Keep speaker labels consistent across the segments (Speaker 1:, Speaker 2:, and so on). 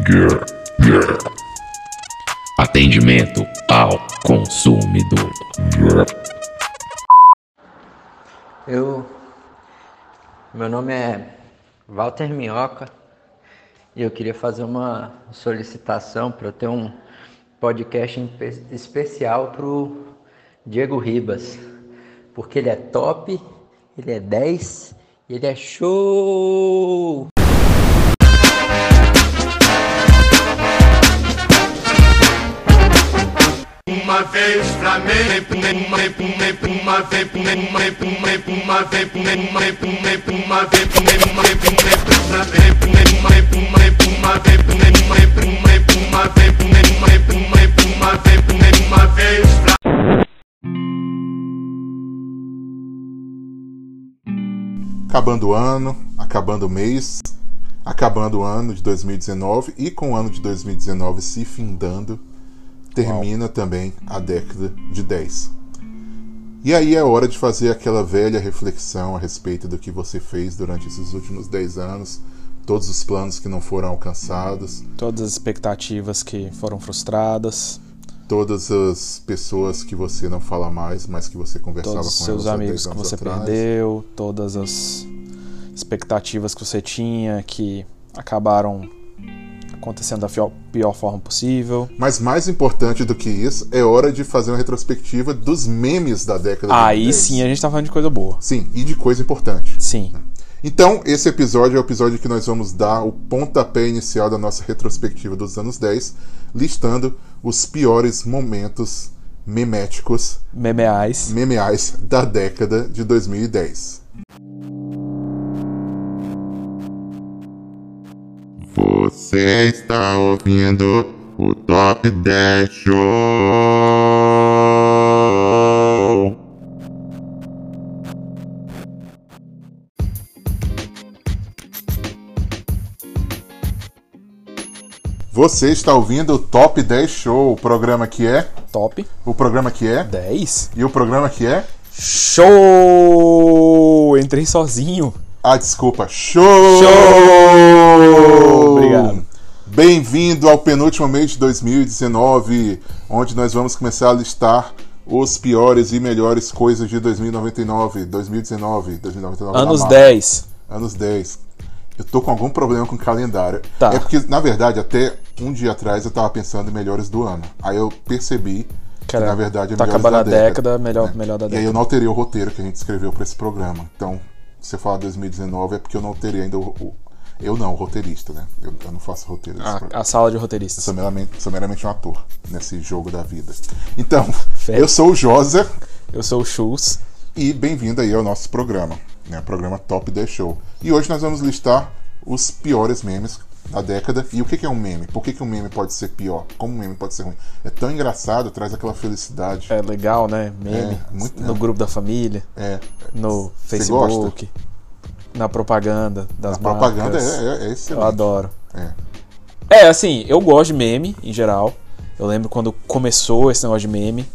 Speaker 1: Grr, grr. Atendimento ao consumidor. Grr.
Speaker 2: Eu. Meu nome é Walter Minhoca e eu queria fazer uma solicitação para eu ter um podcast empe- especial pro Diego Ribas, porque ele é top, ele é 10 e ele é show!
Speaker 3: Uma vez pra mim, uma vez, uma vez, uma vez, uma vez, uma vez, uma vez, uma vez, uma vez, uma vez, uma vez, uma vez, uma vez, uma vez, pra mim, uma vez, uma vez, uma vez, uma vez, uma vez, uma vez, uma vez, uma vez, uma vez, uma vez, uma vez, uma vez, uma vez, uma vez pra
Speaker 4: Acabando o ano, acabando o mês, acabando o ano de 2019 e com o ano de 2019 se findando, termina também a década de 10. E aí é hora de fazer aquela velha reflexão a respeito do que você fez durante esses últimos 10 anos, todos os planos que não foram alcançados,
Speaker 5: Todas as expectativas que foram frustradas,
Speaker 4: todas as pessoas que você não fala mais, mas que você conversava
Speaker 5: todos os
Speaker 4: com
Speaker 5: seus
Speaker 4: elas há 10
Speaker 5: amigos que
Speaker 4: anos
Speaker 5: você
Speaker 4: atrás.
Speaker 5: perdeu, todas as expectativas que você tinha que acabaram acontecendo da fio- pior forma possível.
Speaker 4: Mas mais importante do que isso, é hora de fazer uma retrospectiva dos memes da década de
Speaker 5: Aí
Speaker 4: 10.
Speaker 5: sim a gente tá falando de coisa boa.
Speaker 4: Sim, e de coisa importante.
Speaker 5: Sim.
Speaker 4: Então, esse episódio é o episódio que nós vamos dar o pontapé inicial da nossa retrospectiva dos anos 10, listando os piores momentos meméticos,
Speaker 5: Memeais.
Speaker 4: memeais da década de 2010.
Speaker 6: Você está ouvindo o Top 10 Show.
Speaker 4: Você está ouvindo o Top 10 Show, o programa que é,
Speaker 5: Top.
Speaker 4: o programa que é,
Speaker 5: 10.
Speaker 4: e o programa que é
Speaker 5: Show! Entrei sozinho.
Speaker 4: Ah, desculpa. Show!
Speaker 5: Obrigado.
Speaker 4: Bem-vindo ao penúltimo mês de 2019, onde nós vamos começar a listar os piores e melhores coisas de 2099, 2019, 2099.
Speaker 5: Anos
Speaker 4: tá mal.
Speaker 5: 10.
Speaker 4: Anos 10. Eu tô com algum problema com o calendário.
Speaker 5: Tá.
Speaker 4: É porque, na verdade, até um dia atrás eu tava pensando em melhores do ano. Aí eu percebi
Speaker 5: Cara,
Speaker 4: que, na verdade, é
Speaker 5: tá
Speaker 4: melhores
Speaker 5: acabando
Speaker 4: da né?
Speaker 5: a década, melhor, melhor da
Speaker 4: e aí
Speaker 5: década.
Speaker 4: eu não alterei o roteiro que a gente escreveu pra esse programa. Então, se você falar 2019 é porque eu não alterei ainda o. o- eu não, o roteirista, né? Eu, eu não faço roteiro desse
Speaker 5: A,
Speaker 4: programa.
Speaker 5: a sala de roteiristas.
Speaker 4: Sou meramente, sou meramente um ator nesse jogo da vida. Então,
Speaker 5: Certo.
Speaker 4: eu sou o Josa
Speaker 5: Eu sou o Schultz.
Speaker 4: e bem-vindo aí ao nosso programa, né? Programa Top 10 Show. E hoje nós vamos listar os piores memes da década. E o que que é um meme? Por que, que um meme pode ser pior? Como um meme pode ser ruim? É tão engraçado, traz aquela felicidade.
Speaker 5: É legal, né? Meme.
Speaker 4: É, muito
Speaker 5: no
Speaker 4: bom.
Speaker 5: grupo da família,
Speaker 4: É,
Speaker 5: no
Speaker 4: Você
Speaker 5: Facebook, na propaganda das
Speaker 4: a propaganda
Speaker 5: marcas.
Speaker 4: é, é, é excelente.
Speaker 5: Eu adoro.
Speaker 4: É.
Speaker 5: É, assim, eu gosto de meme em geral. Eu lembro quando começou esse negócio de meme.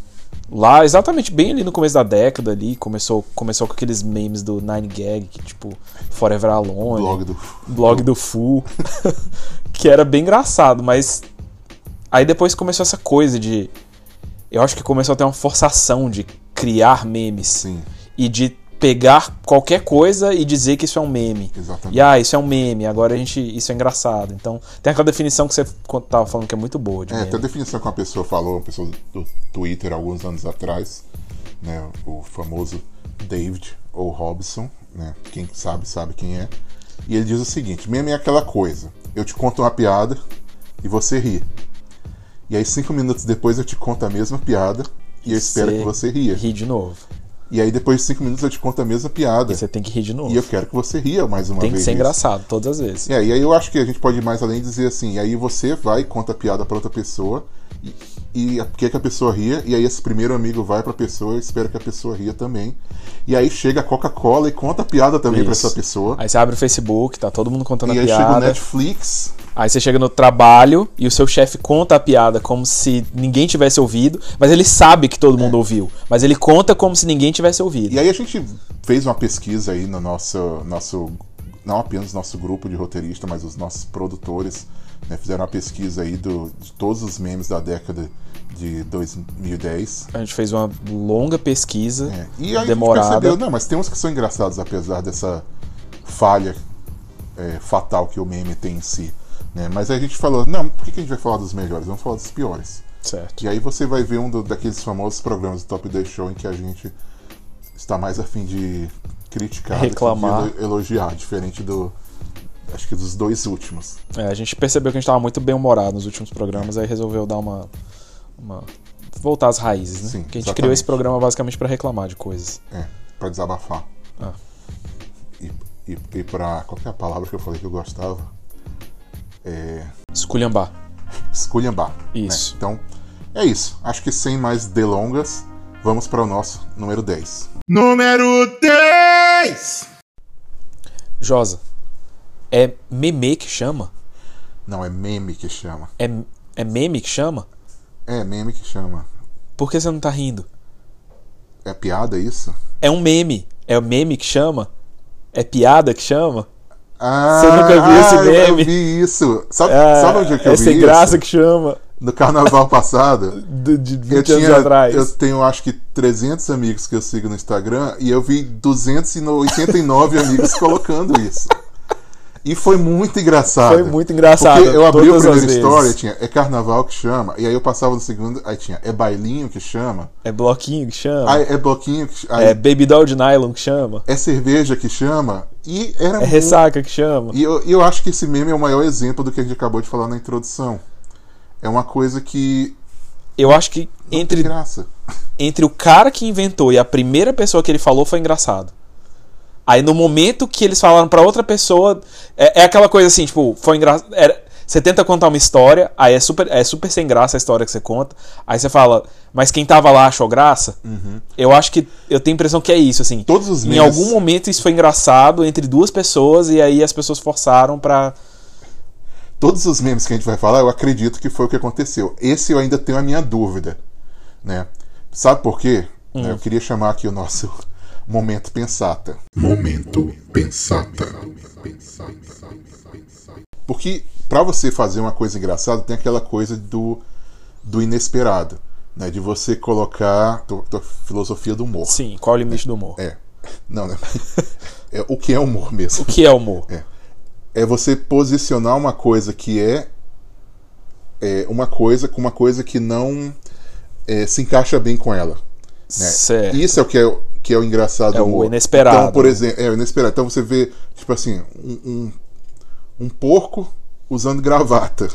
Speaker 5: Lá, exatamente bem ali no começo da década ali, começou, começou com aqueles memes do Nine Gag, que tipo, Forever Alone.
Speaker 4: blog do.
Speaker 5: blog do Fu, que era bem engraçado, mas aí depois começou essa coisa de eu acho que começou a ter uma forçação de criar memes
Speaker 4: Sim,
Speaker 5: e de pegar qualquer coisa e dizer que isso é um meme.
Speaker 4: exatamente.
Speaker 5: E ah, isso é um meme, agora a gente isso é engraçado. Então, tem aquela definição que você co- tava falando que é muito boa de
Speaker 4: É,
Speaker 5: meme.
Speaker 4: até a definição que uma pessoa falou, uma pessoa do Twitter alguns anos atrás, né? O famoso David ou Robson, né? Quem sabe, sabe quem é. E ele diz o seguinte: meme é aquela coisa. Eu te conto uma piada e você ri. E aí, cinco minutos depois, eu te conto a mesma piada e eu espero que você ria.
Speaker 5: Ri de novo.
Speaker 4: E aí, depois de cinco minutos, eu te conto a mesma piada.
Speaker 5: E você tem que rir de novo.
Speaker 4: É. E eu quero que você ria mais uma
Speaker 5: Tem que
Speaker 4: vez.
Speaker 5: ser
Speaker 4: isso.
Speaker 5: engraçado todas as vezes.
Speaker 4: É, e aí eu acho que a gente pode ir mais além e dizer assim, e aí você vai e conta a piada pra outra pessoa e, e a- quer que a pessoa ria, e aí esse primeiro amigo vai pra pessoa e espera que a pessoa ria também. E aí chega a Coca-Cola e conta a piada também pra
Speaker 5: Isso.
Speaker 4: essa pessoa.
Speaker 5: Aí você abre o Facebook, tá todo mundo contando
Speaker 4: e
Speaker 5: a
Speaker 4: aí
Speaker 5: piada.
Speaker 4: chega o Netflix,
Speaker 5: Aí você chega no trabalho e o seu chefe conta a piada como se ninguém tivesse ouvido, mas ele sabe que todo
Speaker 4: É.
Speaker 5: mundo ouviu. Mas ele conta como se ninguém tivesse ouvido.
Speaker 4: e aí a gente fez uma pesquisa aí no nosso, nosso não apenas nosso grupo de roteirista, mas os nossos produtores, né, fizeram uma pesquisa aí do, de todos os memes da década de 2010.
Speaker 5: A gente fez uma longa pesquisa
Speaker 4: É, E aí a gente
Speaker 5: demorada.
Speaker 4: percebeu, né? não, mas tem uns que são engraçados, apesar dessa falha é, fatal que o meme tem em si. Né? Mas aí a gente falou, não, por que que a gente vai falar dos melhores? Vamos falar dos piores.
Speaker 5: Certo.
Speaker 4: E aí você vai ver um do- daqueles famosos programas do Top 10 Show em que a gente está mais a fim de criticar, do que
Speaker 5: Reclamar.
Speaker 4: de elo- elogiar, diferente do acho que dos dois últimos.
Speaker 5: É, a gente percebeu que a gente tava muito bem humorado nos últimos programas, aí resolveu dar uma. uma- voltar às raízes, né?
Speaker 4: Sim,
Speaker 5: Porque a gente
Speaker 4: exatamente.
Speaker 5: criou esse programa basicamente pra reclamar de coisas.
Speaker 4: É, pra desabafar.
Speaker 5: Ah.
Speaker 4: E, e, e pra. Qual que é a palavra que eu falei que eu gostava?
Speaker 5: Esculhambar.
Speaker 4: Esculhambar. né?
Speaker 5: Isso.
Speaker 4: Então, é isso. Acho que sem mais delongas, vamos para o nosso número 10.
Speaker 6: Número 10!
Speaker 5: Josa, é meme que chama?
Speaker 4: Não, é meme que chama.
Speaker 5: É, é meme que chama?
Speaker 4: É meme que chama.
Speaker 5: Por que você não tá rindo?
Speaker 4: É piada isso?
Speaker 5: É um meme. É o meme que chama? É piada que chama?
Speaker 4: Ah,
Speaker 5: Você nunca viu esse
Speaker 4: eu-
Speaker 5: meme?
Speaker 4: Eu vi isso. Sabe,
Speaker 5: É,
Speaker 4: sabe onde é que eu
Speaker 5: é
Speaker 4: vi
Speaker 5: sem
Speaker 4: isso?
Speaker 5: graça que chama?
Speaker 4: No carnaval passado.
Speaker 5: De, de 20
Speaker 4: Eu, tinha,
Speaker 5: anos atrás.
Speaker 4: eu tenho acho que 300 amigos que eu sigo no Instagram e eu vi 289 amigos colocando isso. E foi muito engraçado.
Speaker 5: Foi muito engraçado,
Speaker 4: Porque eu abri o
Speaker 5: todas as
Speaker 4: primeiro
Speaker 5: vezes.
Speaker 4: story, tinha é carnaval que chama, e aí eu passava no segundo, aí tinha é bailinho que chama,
Speaker 5: É bloquinho que chama?
Speaker 4: aí é bloquinho que chama,
Speaker 5: É baby doll de nylon que chama?
Speaker 4: é cerveja que chama, e era
Speaker 5: É
Speaker 4: muito-
Speaker 5: ressaca que chama?
Speaker 4: E eu, e eu acho que esse meme é o maior exemplo do que a gente acabou de falar na introdução. É uma coisa que
Speaker 5: Eu acho que
Speaker 4: tem
Speaker 5: entre,
Speaker 4: graça.
Speaker 5: entre o cara que inventou e a primeira pessoa que ele falou foi engraçado. Aí no momento que eles falaram pra outra pessoa, é, é aquela coisa assim, tipo, foi engraçado. Você tenta contar uma história, aí é super, é super sem graça a história que você conta. Aí você fala, mas quem tava lá achou graça? Eu acho que. Eu tenho a impressão que é isso, assim.
Speaker 4: Uhum. Todos os
Speaker 5: Em
Speaker 4: memes-
Speaker 5: algum momento isso foi engraçado entre duas pessoas, e aí as pessoas forçaram pra.
Speaker 4: Todos os memes que a gente vai falar, eu acredito que foi o que aconteceu. Esse eu ainda tenho a minha dúvida, né? Sabe por quê? Eu queria chamar aqui o nosso momento pensata.
Speaker 6: Momento pensata.
Speaker 4: Porque pra você fazer uma coisa engraçada, tem aquela coisa do, do inesperado, né? De você colocar tua, tua filosofia do humor.
Speaker 5: Sim, qual é o limite do humor?
Speaker 4: É. Não, né? É, o que é humor mesmo?
Speaker 5: O que é humor?
Speaker 4: é você posicionar uma coisa que é, é, uma coisa com uma coisa que não é, se encaixa bem com ela. né?
Speaker 5: Certo.
Speaker 4: Isso é o que é, o- que é o engraçado.
Speaker 5: É o
Speaker 4: do humor.
Speaker 5: inesperado.
Speaker 4: Então, por exemplo, é o inesperado. Então você vê, tipo assim, um, um, um porco usando gravata,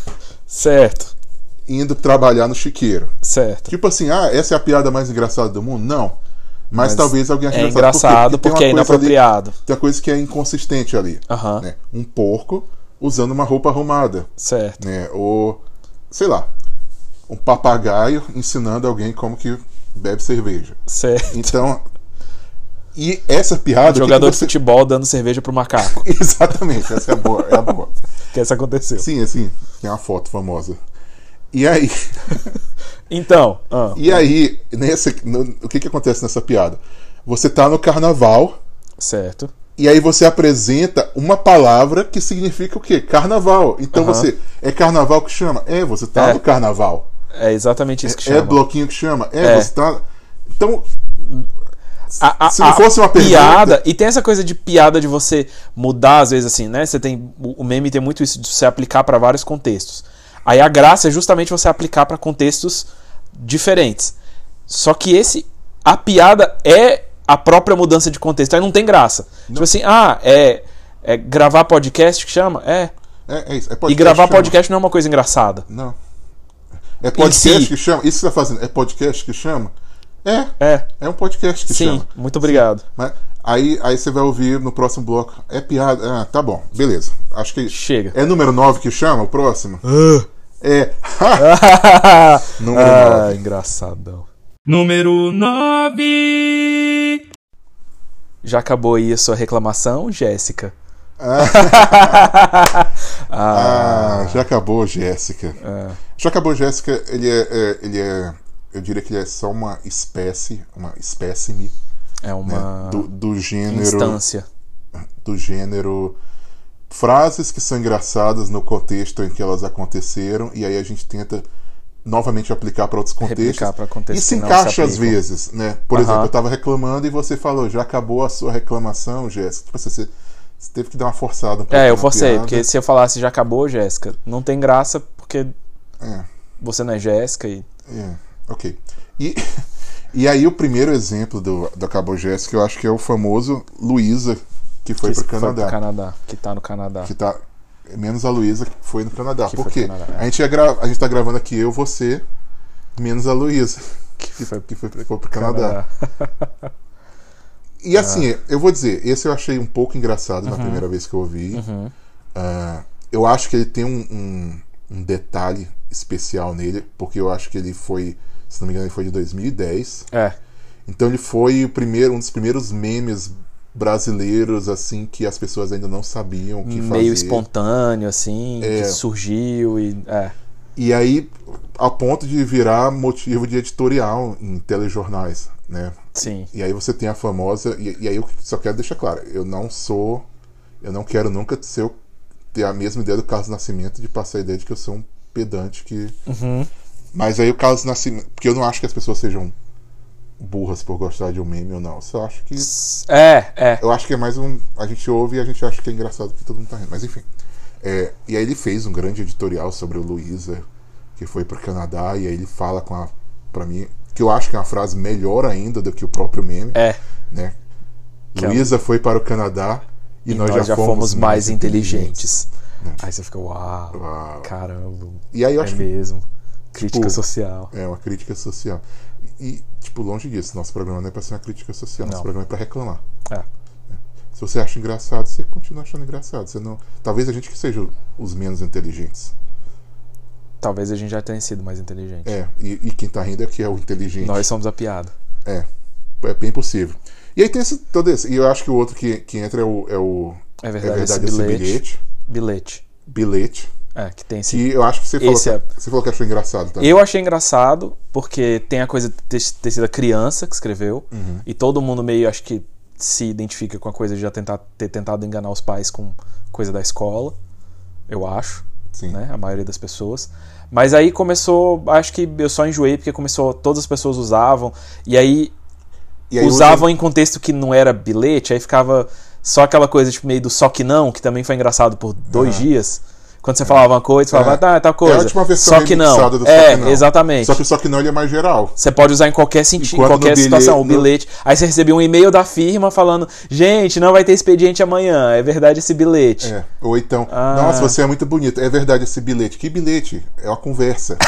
Speaker 5: Certo,
Speaker 4: indo trabalhar no chiqueiro.
Speaker 5: certo.
Speaker 4: Tipo assim, ah, essa é a piada mais engraçada do mundo? Não. Mas,
Speaker 5: Mas
Speaker 4: talvez alguém ache
Speaker 5: é engraçado
Speaker 4: tem
Speaker 5: porque
Speaker 4: uma
Speaker 5: é
Speaker 4: coisa ali-
Speaker 5: inapropriado.
Speaker 4: tem uma coisa que é inconsistente ali.
Speaker 5: Aham.
Speaker 4: né? Um porco usando uma roupa arrumada.
Speaker 5: Certo.
Speaker 4: né? Ou, sei lá, um papagaio ensinando alguém como que bebe cerveja.
Speaker 5: certo.
Speaker 4: Então, e essa piada... o que que
Speaker 5: Jogador de
Speaker 4: você-
Speaker 5: futebol dando cerveja pro macaco.
Speaker 4: Exatamente, essa é boa, é a boa.
Speaker 5: que essa aconteceu.
Speaker 4: Sim, assim, tem uma foto famosa. E aí,
Speaker 5: Então, ah,
Speaker 4: e aí nesse, no- o que que acontece nessa piada? Você tá no carnaval...
Speaker 5: certo.
Speaker 4: E aí você apresenta uma palavra que significa o quê? Carnaval. Então
Speaker 5: Aham.
Speaker 4: você. É carnaval que chama? É, você tá
Speaker 5: É.
Speaker 4: no carnaval.
Speaker 5: É exatamente isso que
Speaker 4: É
Speaker 5: chama.
Speaker 4: bloquinho que chama? É,
Speaker 5: É.
Speaker 4: você tá. Então,
Speaker 5: A, a-
Speaker 4: se não
Speaker 5: a
Speaker 4: fosse uma pergunta-
Speaker 5: piada. E tem essa coisa de piada de você mudar, às vezes, assim, né? Você tem. O o meme tem muito isso de você aplicar pra vários contextos. Aí a graça é justamente você aplicar pra contextos diferentes. Só que esse. A piada é a própria mudança de contexto. Aí não tem graça. Tipo assim, ah, é. É gravar podcast que chama? É.
Speaker 4: é, é isso. É
Speaker 5: E
Speaker 4: podcast
Speaker 5: gravar
Speaker 4: que chama.
Speaker 5: podcast não é uma coisa engraçada.
Speaker 4: Não. É podcast
Speaker 5: si.
Speaker 4: que chama? Isso que você tá fazendo? É podcast que chama? É.
Speaker 5: É.
Speaker 4: É um podcast que
Speaker 5: Sim,
Speaker 4: chama.
Speaker 5: muito obrigado.
Speaker 4: Mas aí, aí você vai ouvir no próximo bloco. É piada. Ah, tá bom. Beleza. Acho que.
Speaker 5: Chega.
Speaker 4: É número 9 que chama o próximo? É. Número
Speaker 5: ah,
Speaker 4: nove.
Speaker 5: engraçadão.
Speaker 7: Número 9.
Speaker 5: Já acabou aí a sua reclamação, Jéssica?
Speaker 4: Ah, já acabou, Jéssica.
Speaker 5: Ah.
Speaker 4: Já acabou, Jéssica. Ele é, é- ele é, eu diria que ele é só uma espécie, uma espécime
Speaker 5: É
Speaker 4: né,
Speaker 5: uma
Speaker 4: do, do gênero
Speaker 5: instância. É,
Speaker 4: do gênero frases que são engraçadas no contexto em que elas aconteceram e aí a gente tenta novamente aplicar para outros contextos
Speaker 5: Replicar pra contexto
Speaker 4: e se
Speaker 5: que não
Speaker 4: encaixa
Speaker 5: se
Speaker 4: às
Speaker 5: aplicam.
Speaker 4: vezes, né? Por
Speaker 5: Aham.
Speaker 4: exemplo, eu tava reclamando e você falou, já acabou a sua reclamação, Jéssica. Tipo, assim, você, você teve que dar uma forçada. Um pouco
Speaker 5: É, eu
Speaker 4: na
Speaker 5: forcei,
Speaker 4: piada.
Speaker 5: porque se eu falasse já acabou, Jéssica, não tem graça porque
Speaker 4: É.
Speaker 5: você não é Jéssica e.
Speaker 4: É, ok. E, e aí o primeiro exemplo do, do Acabou Jéssica, eu acho que é o famoso Luísa, que foi
Speaker 5: que
Speaker 4: pro Canadá.
Speaker 5: pro Canadá, que tá no Canadá.
Speaker 4: Que tá, menos a Luísa que foi no Canadá.
Speaker 5: Que
Speaker 4: Por
Speaker 5: foi
Speaker 4: quê?
Speaker 5: pro Canadá, é.
Speaker 4: A, gente ia gra- a gente tá gravando aqui eu, você, menos a Luísa, que,
Speaker 5: foi-
Speaker 4: foi, que foi, pro- foi pro tá Canadá. E
Speaker 5: Ah.
Speaker 4: assim, eu vou dizer, esse eu achei um pouco engraçado
Speaker 5: Uhum.
Speaker 4: na primeira vez que eu ouvi. Ah, eu acho que ele tem um, um- um detalhe especial nele, porque eu acho que ele foi, se não me engano, ele foi de 2010.
Speaker 5: É.
Speaker 4: Então ele foi o primeiro, um dos primeiros memes brasileiros, assim, que as pessoas ainda não sabiam o que fazer. É.
Speaker 5: Meio espontâneo, assim, que surgiu e. É.
Speaker 4: E aí, a ponto de virar motivo de editorial em telejornais, né?
Speaker 5: Sim.
Speaker 4: E aí você tem a famosa. E, e aí eu só quero deixar claro, eu não sou. Eu não quero nunca ser, o- ter a mesma ideia do Carlos Nascimento de passar a ideia de que eu sou um pedante que. Mas aí o Carlos Nascimento. Porque eu não acho que as pessoas sejam burras por gostar de um meme ou não. Eu só acho que.
Speaker 5: É, é.
Speaker 4: Eu acho que é mais um. A gente ouve e a gente acha que é engraçado porque todo mundo tá rindo. Mas enfim. É, e aí ele fez um grande editorial sobre o Luísa, que foi pro Canadá, e aí ele fala com a. pra mim. Que eu acho que é uma frase melhor ainda do que o próprio meme.
Speaker 5: É. um
Speaker 4: Né? Luísa foi para o Canadá e,
Speaker 5: Nós,
Speaker 4: nós, já, fomos
Speaker 5: mais inteligentes. Aí você fica, uau,
Speaker 4: Uau.
Speaker 5: caramba.
Speaker 4: E aí eu
Speaker 5: é
Speaker 4: acho que Tipo
Speaker 5: mesmo. Crítica social.
Speaker 4: é uma crítica social. E, tipo, longe disso, nosso programa não é pra ser uma crítica social,
Speaker 5: Não.
Speaker 4: nosso programa é pra reclamar.
Speaker 5: É.
Speaker 4: Se você acha engraçado, você continua achando engraçado. Você não... Talvez a gente que seja os menos inteligentes.
Speaker 5: Talvez a gente já tenha sido mais inteligente.
Speaker 4: É, e, e quem tá rindo é que é o inteligente.
Speaker 5: Nós somos a piada.
Speaker 4: É, é bem possível. E aí tem esse, todo esse. E eu acho que o outro que, que entra é o. É, o,
Speaker 5: É verdade, esse bilhete. Bilhete.
Speaker 4: Bilhete.
Speaker 5: É, que tem esse
Speaker 4: Que eu acho que você falou,
Speaker 5: Esse é-
Speaker 4: que, você falou que achou engraçado também.
Speaker 5: Eu achei engraçado, porque tem a coisa de ter ter sido a criança que escreveu, e todo mundo meio, acho que, se identifica com a coisa de já tentar, ter tentado enganar os pais com coisa da escola, eu acho,
Speaker 4: Sim.
Speaker 5: né? A maioria das pessoas. Mas aí começou, acho que eu só enjoei, porque começou, todas as pessoas usavam, e aí
Speaker 4: E aí
Speaker 5: usavam em contexto que não era bilhete, aí ficava só aquela coisa tipo, meio do só que não, que também foi engraçado por dois dias. Quando você falava uma coisa, você falava,
Speaker 4: É.
Speaker 5: tá, é tal
Speaker 4: hoje-
Speaker 5: coisa.
Speaker 4: É a última versão
Speaker 5: só
Speaker 4: meio
Speaker 5: que não.
Speaker 4: mixada do
Speaker 5: é,
Speaker 4: Só que não.
Speaker 5: exatamente.
Speaker 4: Só que o Só que não ele é mais geral.
Speaker 5: Você pode usar em qualquer sentido,
Speaker 4: Enquanto
Speaker 5: qualquer
Speaker 4: no bilhete-
Speaker 5: situação, o
Speaker 4: no-
Speaker 5: bilhete. Aí você recebeu um e-mail da firma falando: gente, não vai ter expediente amanhã, é verdade esse bilhete.
Speaker 4: É. Ou então,
Speaker 5: Ah.
Speaker 4: nossa, você é muito bonito. É verdade esse bilhete. Que bilhete? É uma conversa.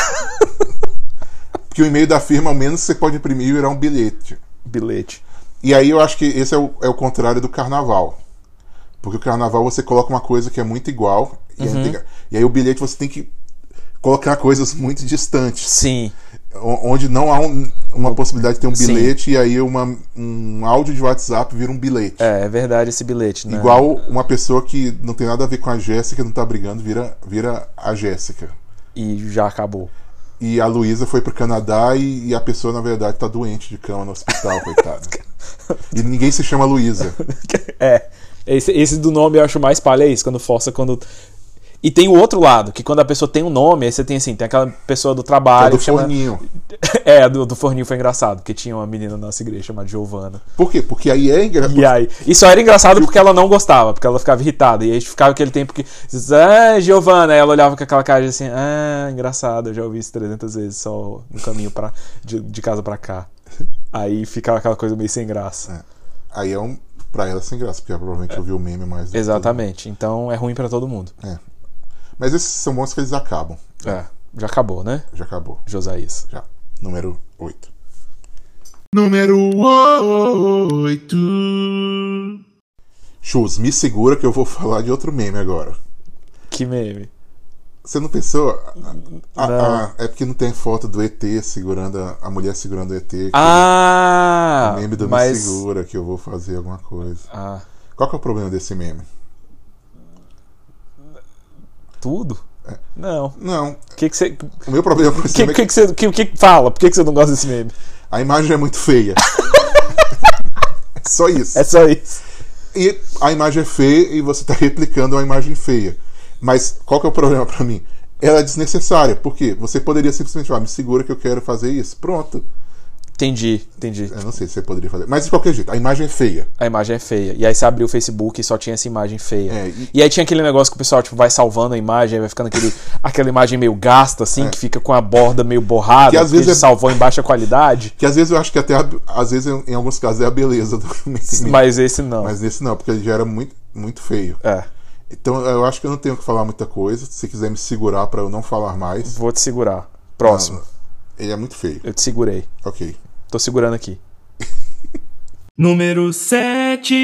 Speaker 4: Porque o e-mail da firma, ao menos, você pode imprimir e virar um bilhete.
Speaker 5: Bilhete.
Speaker 4: E aí eu acho que esse é o, é o contrário do carnaval. Porque o carnaval você coloca uma coisa que é muito igual. E,
Speaker 5: Uhum.
Speaker 4: aí, tem que- e aí o bilhete você tem que colocar coisas muito distantes.
Speaker 5: Sim.
Speaker 4: O- onde não há um- uma possibilidade de ter um
Speaker 5: Sim.
Speaker 4: bilhete e aí uma- um áudio de WhatsApp vira um bilhete.
Speaker 5: É, é verdade esse bilhete, né?
Speaker 4: Igual uma pessoa que não tem nada a ver com a Jéssica, não tá brigando, vira, vira a Jéssica.
Speaker 5: E já acabou.
Speaker 4: E a Luísa foi pro Canadá e, e a pessoa, na verdade, tá doente de cama no hospital, coitada. E ninguém se chama Luísa.
Speaker 5: É. Esse, esse do nome eu acho mais palha, é isso, quando força, quando. E tem o outro lado, que quando a pessoa tem um nome, aí você tem assim, tem aquela pessoa do
Speaker 4: É
Speaker 5: trabalho.
Speaker 4: do
Speaker 5: que Ah, chama-
Speaker 4: forninho.
Speaker 5: É, a do, do Forninho foi engraçado, porque tinha uma menina na nossa igreja chamada Giovana.
Speaker 4: Por quê? Porque aí é engraçado.
Speaker 5: E aí, e só era engraçado porque ela não gostava, porque ela ficava irritada. E aí ficava aquele tempo que. Ah, Giovana! Aí ela olhava com aquela cara assim, ah, engraçado, eu já ouvi isso 300 vezes só no caminho pra, de, de casa pra cá. Aí ficava aquela coisa meio sem graça.
Speaker 4: Aí é um. Pra ela sem graça, porque ela provavelmente ouviu o meme mais. do que
Speaker 5: Exatamente. Então é ruim pra todo mundo.
Speaker 4: tudo. Mas esses são bons que eles acabam.
Speaker 5: É. Já acabou, né,
Speaker 4: Já acabou.
Speaker 5: Josaís?
Speaker 4: Já. Número 8.
Speaker 6: Número 8.
Speaker 4: Chus, me segura que eu vou falar de outro meme agora.
Speaker 5: Que meme.
Speaker 4: Você não pensou? A- a- a- é porque não tem foto do ET segurando a, a mulher segurando o ET. que é
Speaker 5: Ah!
Speaker 4: o meme do
Speaker 5: mas...
Speaker 4: Me Segura que eu vou fazer alguma coisa.
Speaker 5: Ah,
Speaker 4: Qual que é o problema desse meme?
Speaker 5: tudo? Não.
Speaker 4: Não,
Speaker 5: O que que você.
Speaker 4: É. o meu problema com esse
Speaker 5: Que,
Speaker 4: meme é
Speaker 5: que, que, você que, que fala? Por que, que você não gosta desse meme?
Speaker 4: que a imagem é muito feia. Só isso.
Speaker 5: É só isso.
Speaker 4: E a imagem é feia e você está replicando uma imagem feia. Mas qual que é o problema para mim? Ela é desnecessária, porque você poderia simplesmente falar, "Ah, me segura que eu quero fazer isso. Pronto.
Speaker 5: Entendi, entendi.
Speaker 4: Eu não sei se você poderia fazer. Mas de qualquer jeito, a imagem é feia.
Speaker 5: A imagem é feia. E aí você abriu o Facebook e só tinha essa imagem feia.
Speaker 4: É,
Speaker 5: e...
Speaker 4: e-
Speaker 5: aí tinha aquele negócio que o pessoal tipo, vai salvando a imagem, aí vai ficando aquele, aquela imagem meio gasta, assim, que fica com a borda meio borrada,
Speaker 4: É. Que às
Speaker 5: porque
Speaker 4: vezes é-
Speaker 5: salvou em baixa qualidade.
Speaker 4: Que às vezes eu acho que até, a- às vezes, em- em alguns casos, é a beleza do meme.
Speaker 5: Mas esse não.
Speaker 4: Mas nesse não, porque ele já era muito, muito feio.
Speaker 5: É.
Speaker 4: Então eu acho que eu não tenho que falar muita coisa. Se quiser me segurar pra eu não falar mais.
Speaker 5: Vou te segurar. Próximo.
Speaker 4: Ele é muito feio.
Speaker 5: Eu te segurei.
Speaker 4: Ok.
Speaker 5: Tô segurando aqui.
Speaker 7: Número 7.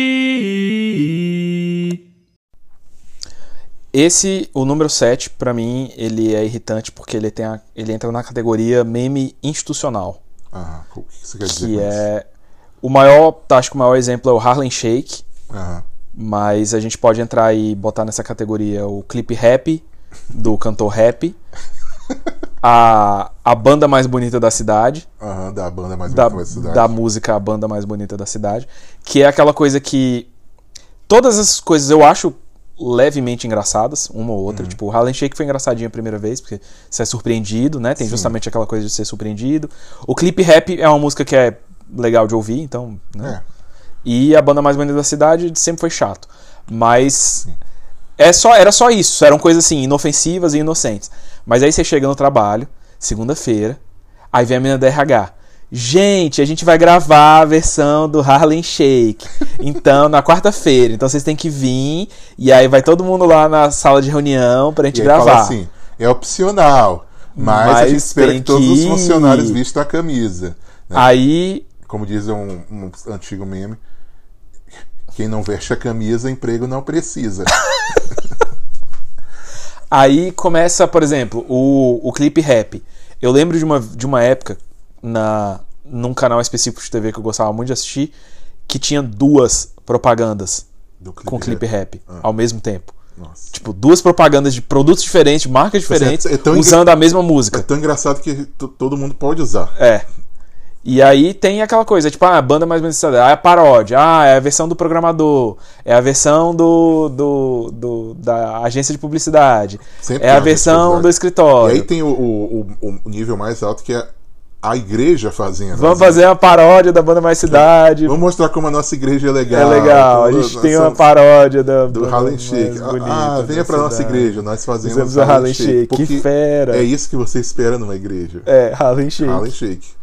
Speaker 5: Esse, o número 7, pra mim, ele é irritante porque ele, tem a- ele entra na categoria meme institucional.
Speaker 4: Ah, o que você quer dizer
Speaker 5: Que
Speaker 4: com isso?
Speaker 5: é. O maior. Acho que o maior exemplo é o Harlem Shake.
Speaker 4: Aham.
Speaker 5: Mas a gente pode entrar e botar nessa categoria o clipe rap do cantor rap, a, a banda mais bonita da cidade,
Speaker 4: Aham, da banda mais
Speaker 5: da,
Speaker 4: bonita da cidade.
Speaker 5: da música A Banda Mais Bonita da Cidade, que é aquela coisa que todas essas coisas eu acho levemente engraçadas, uma ou
Speaker 4: Uhum.
Speaker 5: outra. Tipo, o Harlem Shake foi engraçadinho a primeira vez, porque você é surpreendido, né? Tem justamente aquela coisa de ser surpreendido. O clipe rap é uma música que é legal de ouvir, então, né?
Speaker 4: É.
Speaker 5: E a banda mais bonita da cidade sempre foi chato. Mas é só, era só isso. Eram coisas assim, inofensivas e inocentes. Mas aí você chega no trabalho, segunda-feira, aí vem a menina da RH. Gente, a gente vai gravar a versão do Harlem Shake. Então, na quarta-feira. Então vocês têm que vir. E aí vai todo mundo lá na sala de reunião pra gente
Speaker 4: E aí
Speaker 5: gravar.
Speaker 4: fala assim: é opcional, mas, a gente
Speaker 5: Mas
Speaker 4: espera
Speaker 5: tem
Speaker 4: que todos os
Speaker 5: que-
Speaker 4: funcionários vistam a camisa. né?
Speaker 5: Aí
Speaker 4: Como diz um, um antigo meme: quem não veste a camisa, emprego não precisa.
Speaker 5: Aí começa, por exemplo, o, o clipe rap. Eu lembro de uma, de uma época na, num canal específico de TV que eu gostava muito de assistir que tinha duas propagandas
Speaker 4: Do clipe né? Ah.
Speaker 5: com clipe rap ao mesmo tempo.
Speaker 4: Nossa.
Speaker 5: Tipo, duas propagandas de produtos diferentes, de marcas diferentes,
Speaker 4: é tão engra-
Speaker 5: usando a mesma
Speaker 4: É
Speaker 5: música.
Speaker 4: tão engraçado que to- todo mundo pode usar.
Speaker 5: É. E aí tem aquela coisa, tipo, ah, a banda mais beneficiada, ah, é a paródia, ah, é a versão do programador, é a versão do, do, do- da agência de publicidade,
Speaker 4: Sempre
Speaker 5: é
Speaker 4: tem
Speaker 5: a
Speaker 4: uma
Speaker 5: versão
Speaker 4: publicidade.
Speaker 5: do escritório.
Speaker 4: E aí tem o, o- o- o nível mais alto que é a igreja fazendo.
Speaker 5: Vamos fazer uma paródia da banda Mais Cidade.
Speaker 4: Vamos mostrar como a nossa igreja é legal.
Speaker 5: É legal. A
Speaker 4: Tudo,
Speaker 5: gente
Speaker 4: nós
Speaker 5: tem uma
Speaker 4: somos
Speaker 5: paródia da
Speaker 4: do Harlem Shake. Ah, ah, venha pra nossa igreja, nós fazemos
Speaker 5: Fizemos o Harlem Shake, que
Speaker 4: porque
Speaker 5: fera.
Speaker 4: É isso que você espera numa igreja.
Speaker 5: É, Harlem Shake.
Speaker 4: Harlem Shake.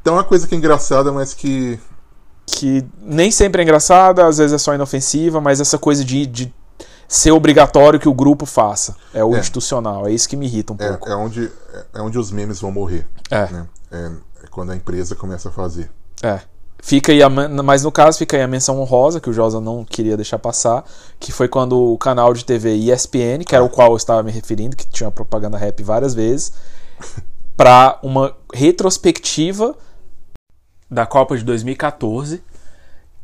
Speaker 4: Então é uma coisa que é engraçada, mas que
Speaker 5: Que nem sempre é engraçada, às vezes é só inofensiva, mas essa coisa de, de ser obrigatório que o grupo faça. É o
Speaker 4: É.
Speaker 5: institucional. É isso que me irrita um
Speaker 4: é,
Speaker 5: pouco.
Speaker 4: é onde, é- é onde os memes vão morrer.
Speaker 5: É.
Speaker 4: né? É- é quando a empresa começa a fazer.
Speaker 5: É. Fica aí a, men- mas no caso fica aí a menção honrosa que o Josa não queria deixar passar, que foi quando o canal de TV ESPN, que era o qual eu estava me referindo, que tinha propaganda rap várias vezes, para uma retrospectiva da Copa de 2014,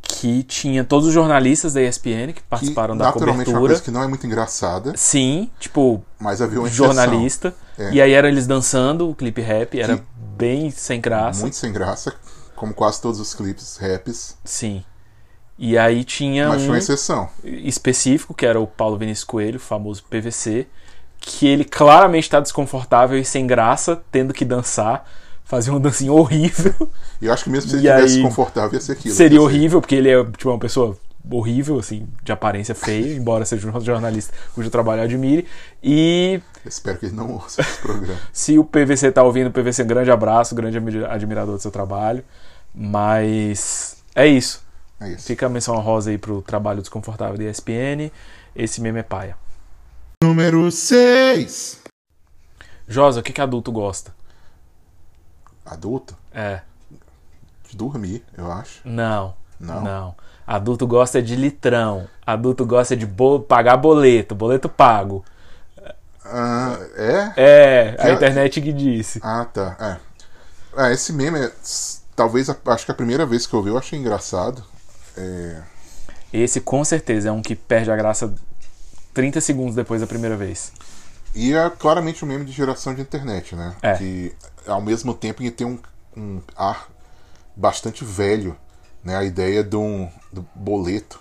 Speaker 5: que tinha todos os jornalistas da ESPN que
Speaker 4: Que
Speaker 5: participaram da
Speaker 4: naturalmente é uma
Speaker 5: cobertura.
Speaker 4: coisa que não é muito engraçada,
Speaker 5: Sim, tipo,
Speaker 4: mas havia uma exceção.
Speaker 5: jornalista.
Speaker 4: É.
Speaker 5: E aí era eles dançando o clipe rap, era
Speaker 4: Que-
Speaker 5: bem sem graça.
Speaker 4: Muito sem graça, como quase todos os clipes raps,
Speaker 5: Sim. E aí tinha
Speaker 4: mas foi uma
Speaker 5: um
Speaker 4: exceção.
Speaker 5: específico, que era o Paulo Vinícius Coelho, famoso PVC, que ele claramente está desconfortável e sem graça, tendo que dançar, fazer uma dancinha horrível.
Speaker 4: E eu acho que mesmo se ele
Speaker 5: E
Speaker 4: estivesse
Speaker 5: aí,
Speaker 4: confortável, ia ser aquilo.
Speaker 5: Seria
Speaker 4: Ia ser-
Speaker 5: horrível, porque ele é tipo, uma pessoa horrível, assim, de aparência feia, embora seja um jornalista cujo trabalho eu admire. E
Speaker 4: Espero que ele não ouça esse programa.
Speaker 5: se o PVC tá ouvindo, PVC, um grande abraço, grande admi- admirador do seu trabalho. Mas é isso.
Speaker 4: É isso.
Speaker 5: Fica a menção rosa aí pro trabalho desconfortável da ESPN. Esse meme é paia.
Speaker 6: Número 6.
Speaker 5: Josa, o que que adulto gosta?
Speaker 4: Adulto?
Speaker 5: É.
Speaker 4: De dormir, eu acho.
Speaker 5: Não.
Speaker 4: Não?
Speaker 5: Adulto gosta de litrão. Adulto gosta de bo- pagar boleto, boleto pago.
Speaker 4: Ah, é?
Speaker 5: É, a
Speaker 4: Que-
Speaker 5: internet que disse.
Speaker 4: Ah, tá. É. Ah, esse meme é. s- Talvez, a- acho que a primeira vez que eu vi, eu achei engraçado. É,
Speaker 5: Esse com certeza é um que perde a graça 30 segundos depois da primeira vez.
Speaker 4: E é claramente um meme de geração de internet, né?
Speaker 5: É.
Speaker 4: Que ao mesmo tempo ele tem um, um ar bastante velho, né? A ideia de um do boleto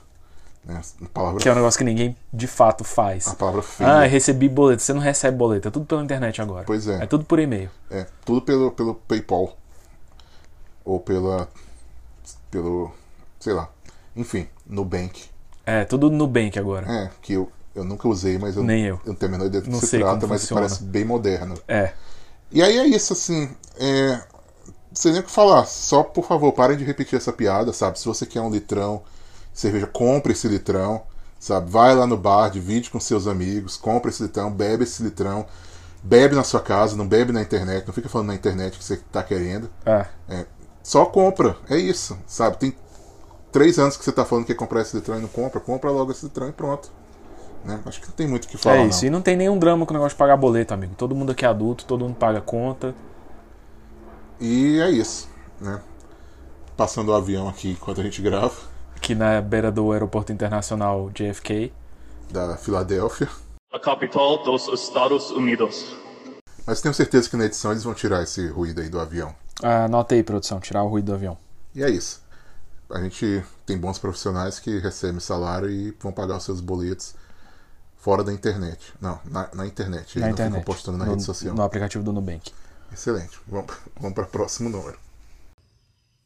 Speaker 4: né? A palavra,
Speaker 5: Que é um negócio que ninguém de fato faz.
Speaker 4: a palavra feia.
Speaker 5: Ah, recebi boleto. Você não recebe boleto. É tudo pela internet agora.
Speaker 4: Pois é.
Speaker 5: É tudo por e-mail.
Speaker 4: É, tudo pelo, pelo PayPal. Ou pela. pelo. sei lá. Enfim, Nubank.
Speaker 5: É, tudo Nubank agora.
Speaker 4: É, que eu, eu nunca usei, mas eu,
Speaker 5: Nem eu.
Speaker 4: não tenho a menor ideia do que
Speaker 5: Não
Speaker 4: se
Speaker 5: sei
Speaker 4: trata,
Speaker 5: como
Speaker 4: mas
Speaker 5: funciona.
Speaker 4: parece bem moderno.
Speaker 5: É.
Speaker 4: E aí é isso, assim. É... Não sei nem o que falar. Só, por favor, parem de repetir essa piada, sabe? Se você quer um litrão de cerveja, compre esse litrão, sabe? Vai lá no bar, divide com seus amigos, compra esse litrão, bebe esse litrão. Bebe na sua casa, não bebe na internet, não fica falando na internet o que você tá querendo.
Speaker 5: É.
Speaker 4: É, só compra, é isso, sabe? Tem três anos que você tá falando que quer comprar esse litrão e não compra, compra logo esse litrão e pronto. Né? Acho que não tem muito o que falar.
Speaker 5: é isso.
Speaker 4: não.
Speaker 5: E não tem nenhum drama com o negócio de pagar boleto, amigo. Todo mundo aqui é adulto, todo mundo paga conta.
Speaker 4: E é isso, né? Passando o avião aqui enquanto a gente grava,
Speaker 5: Aqui na beira do aeroporto internacional JFK.
Speaker 4: da Filadélfia.
Speaker 8: a capital dos Estados Unidos.
Speaker 4: Mas tenho certeza que na edição eles vão tirar esse ruído aí do avião.
Speaker 5: Ah, anota aí, produção. Tirar o ruído do avião.
Speaker 4: E é isso. A gente tem bons profissionais que recebem salário e vão pagar os seus boletos fora da internet. Não, na, na internet.
Speaker 5: na
Speaker 4: Eles não
Speaker 5: internet.
Speaker 4: ficam postando na
Speaker 5: no,
Speaker 4: rede social.
Speaker 5: no aplicativo do Nubank.
Speaker 4: Excelente. Vamos, vamos para o próximo número.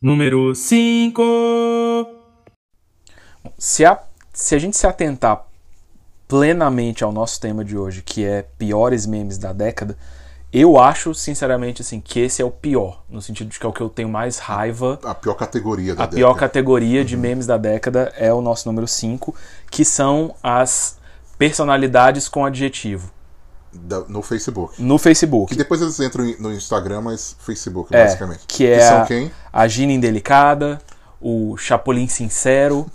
Speaker 7: Número 5.
Speaker 5: Se a, se a gente se atentar plenamente ao nosso tema de hoje, que é piores memes da década, eu acho, sinceramente, assim, que esse é o pior. No sentido de que é o que eu tenho mais raiva.
Speaker 4: A pior categoria da
Speaker 5: A pior
Speaker 4: década. Uhum.
Speaker 5: categoria de memes da década é o nosso número 5, que são as personalidades com adjetivo.
Speaker 4: da- no Facebook.
Speaker 5: No Facebook.
Speaker 4: Que depois eles entram em- no Instagram, mas Facebook,
Speaker 5: É,
Speaker 4: basicamente.
Speaker 5: Que é
Speaker 4: são
Speaker 5: a,
Speaker 4: quem?
Speaker 5: a Gina Indelicada, o Chapolin Sincero,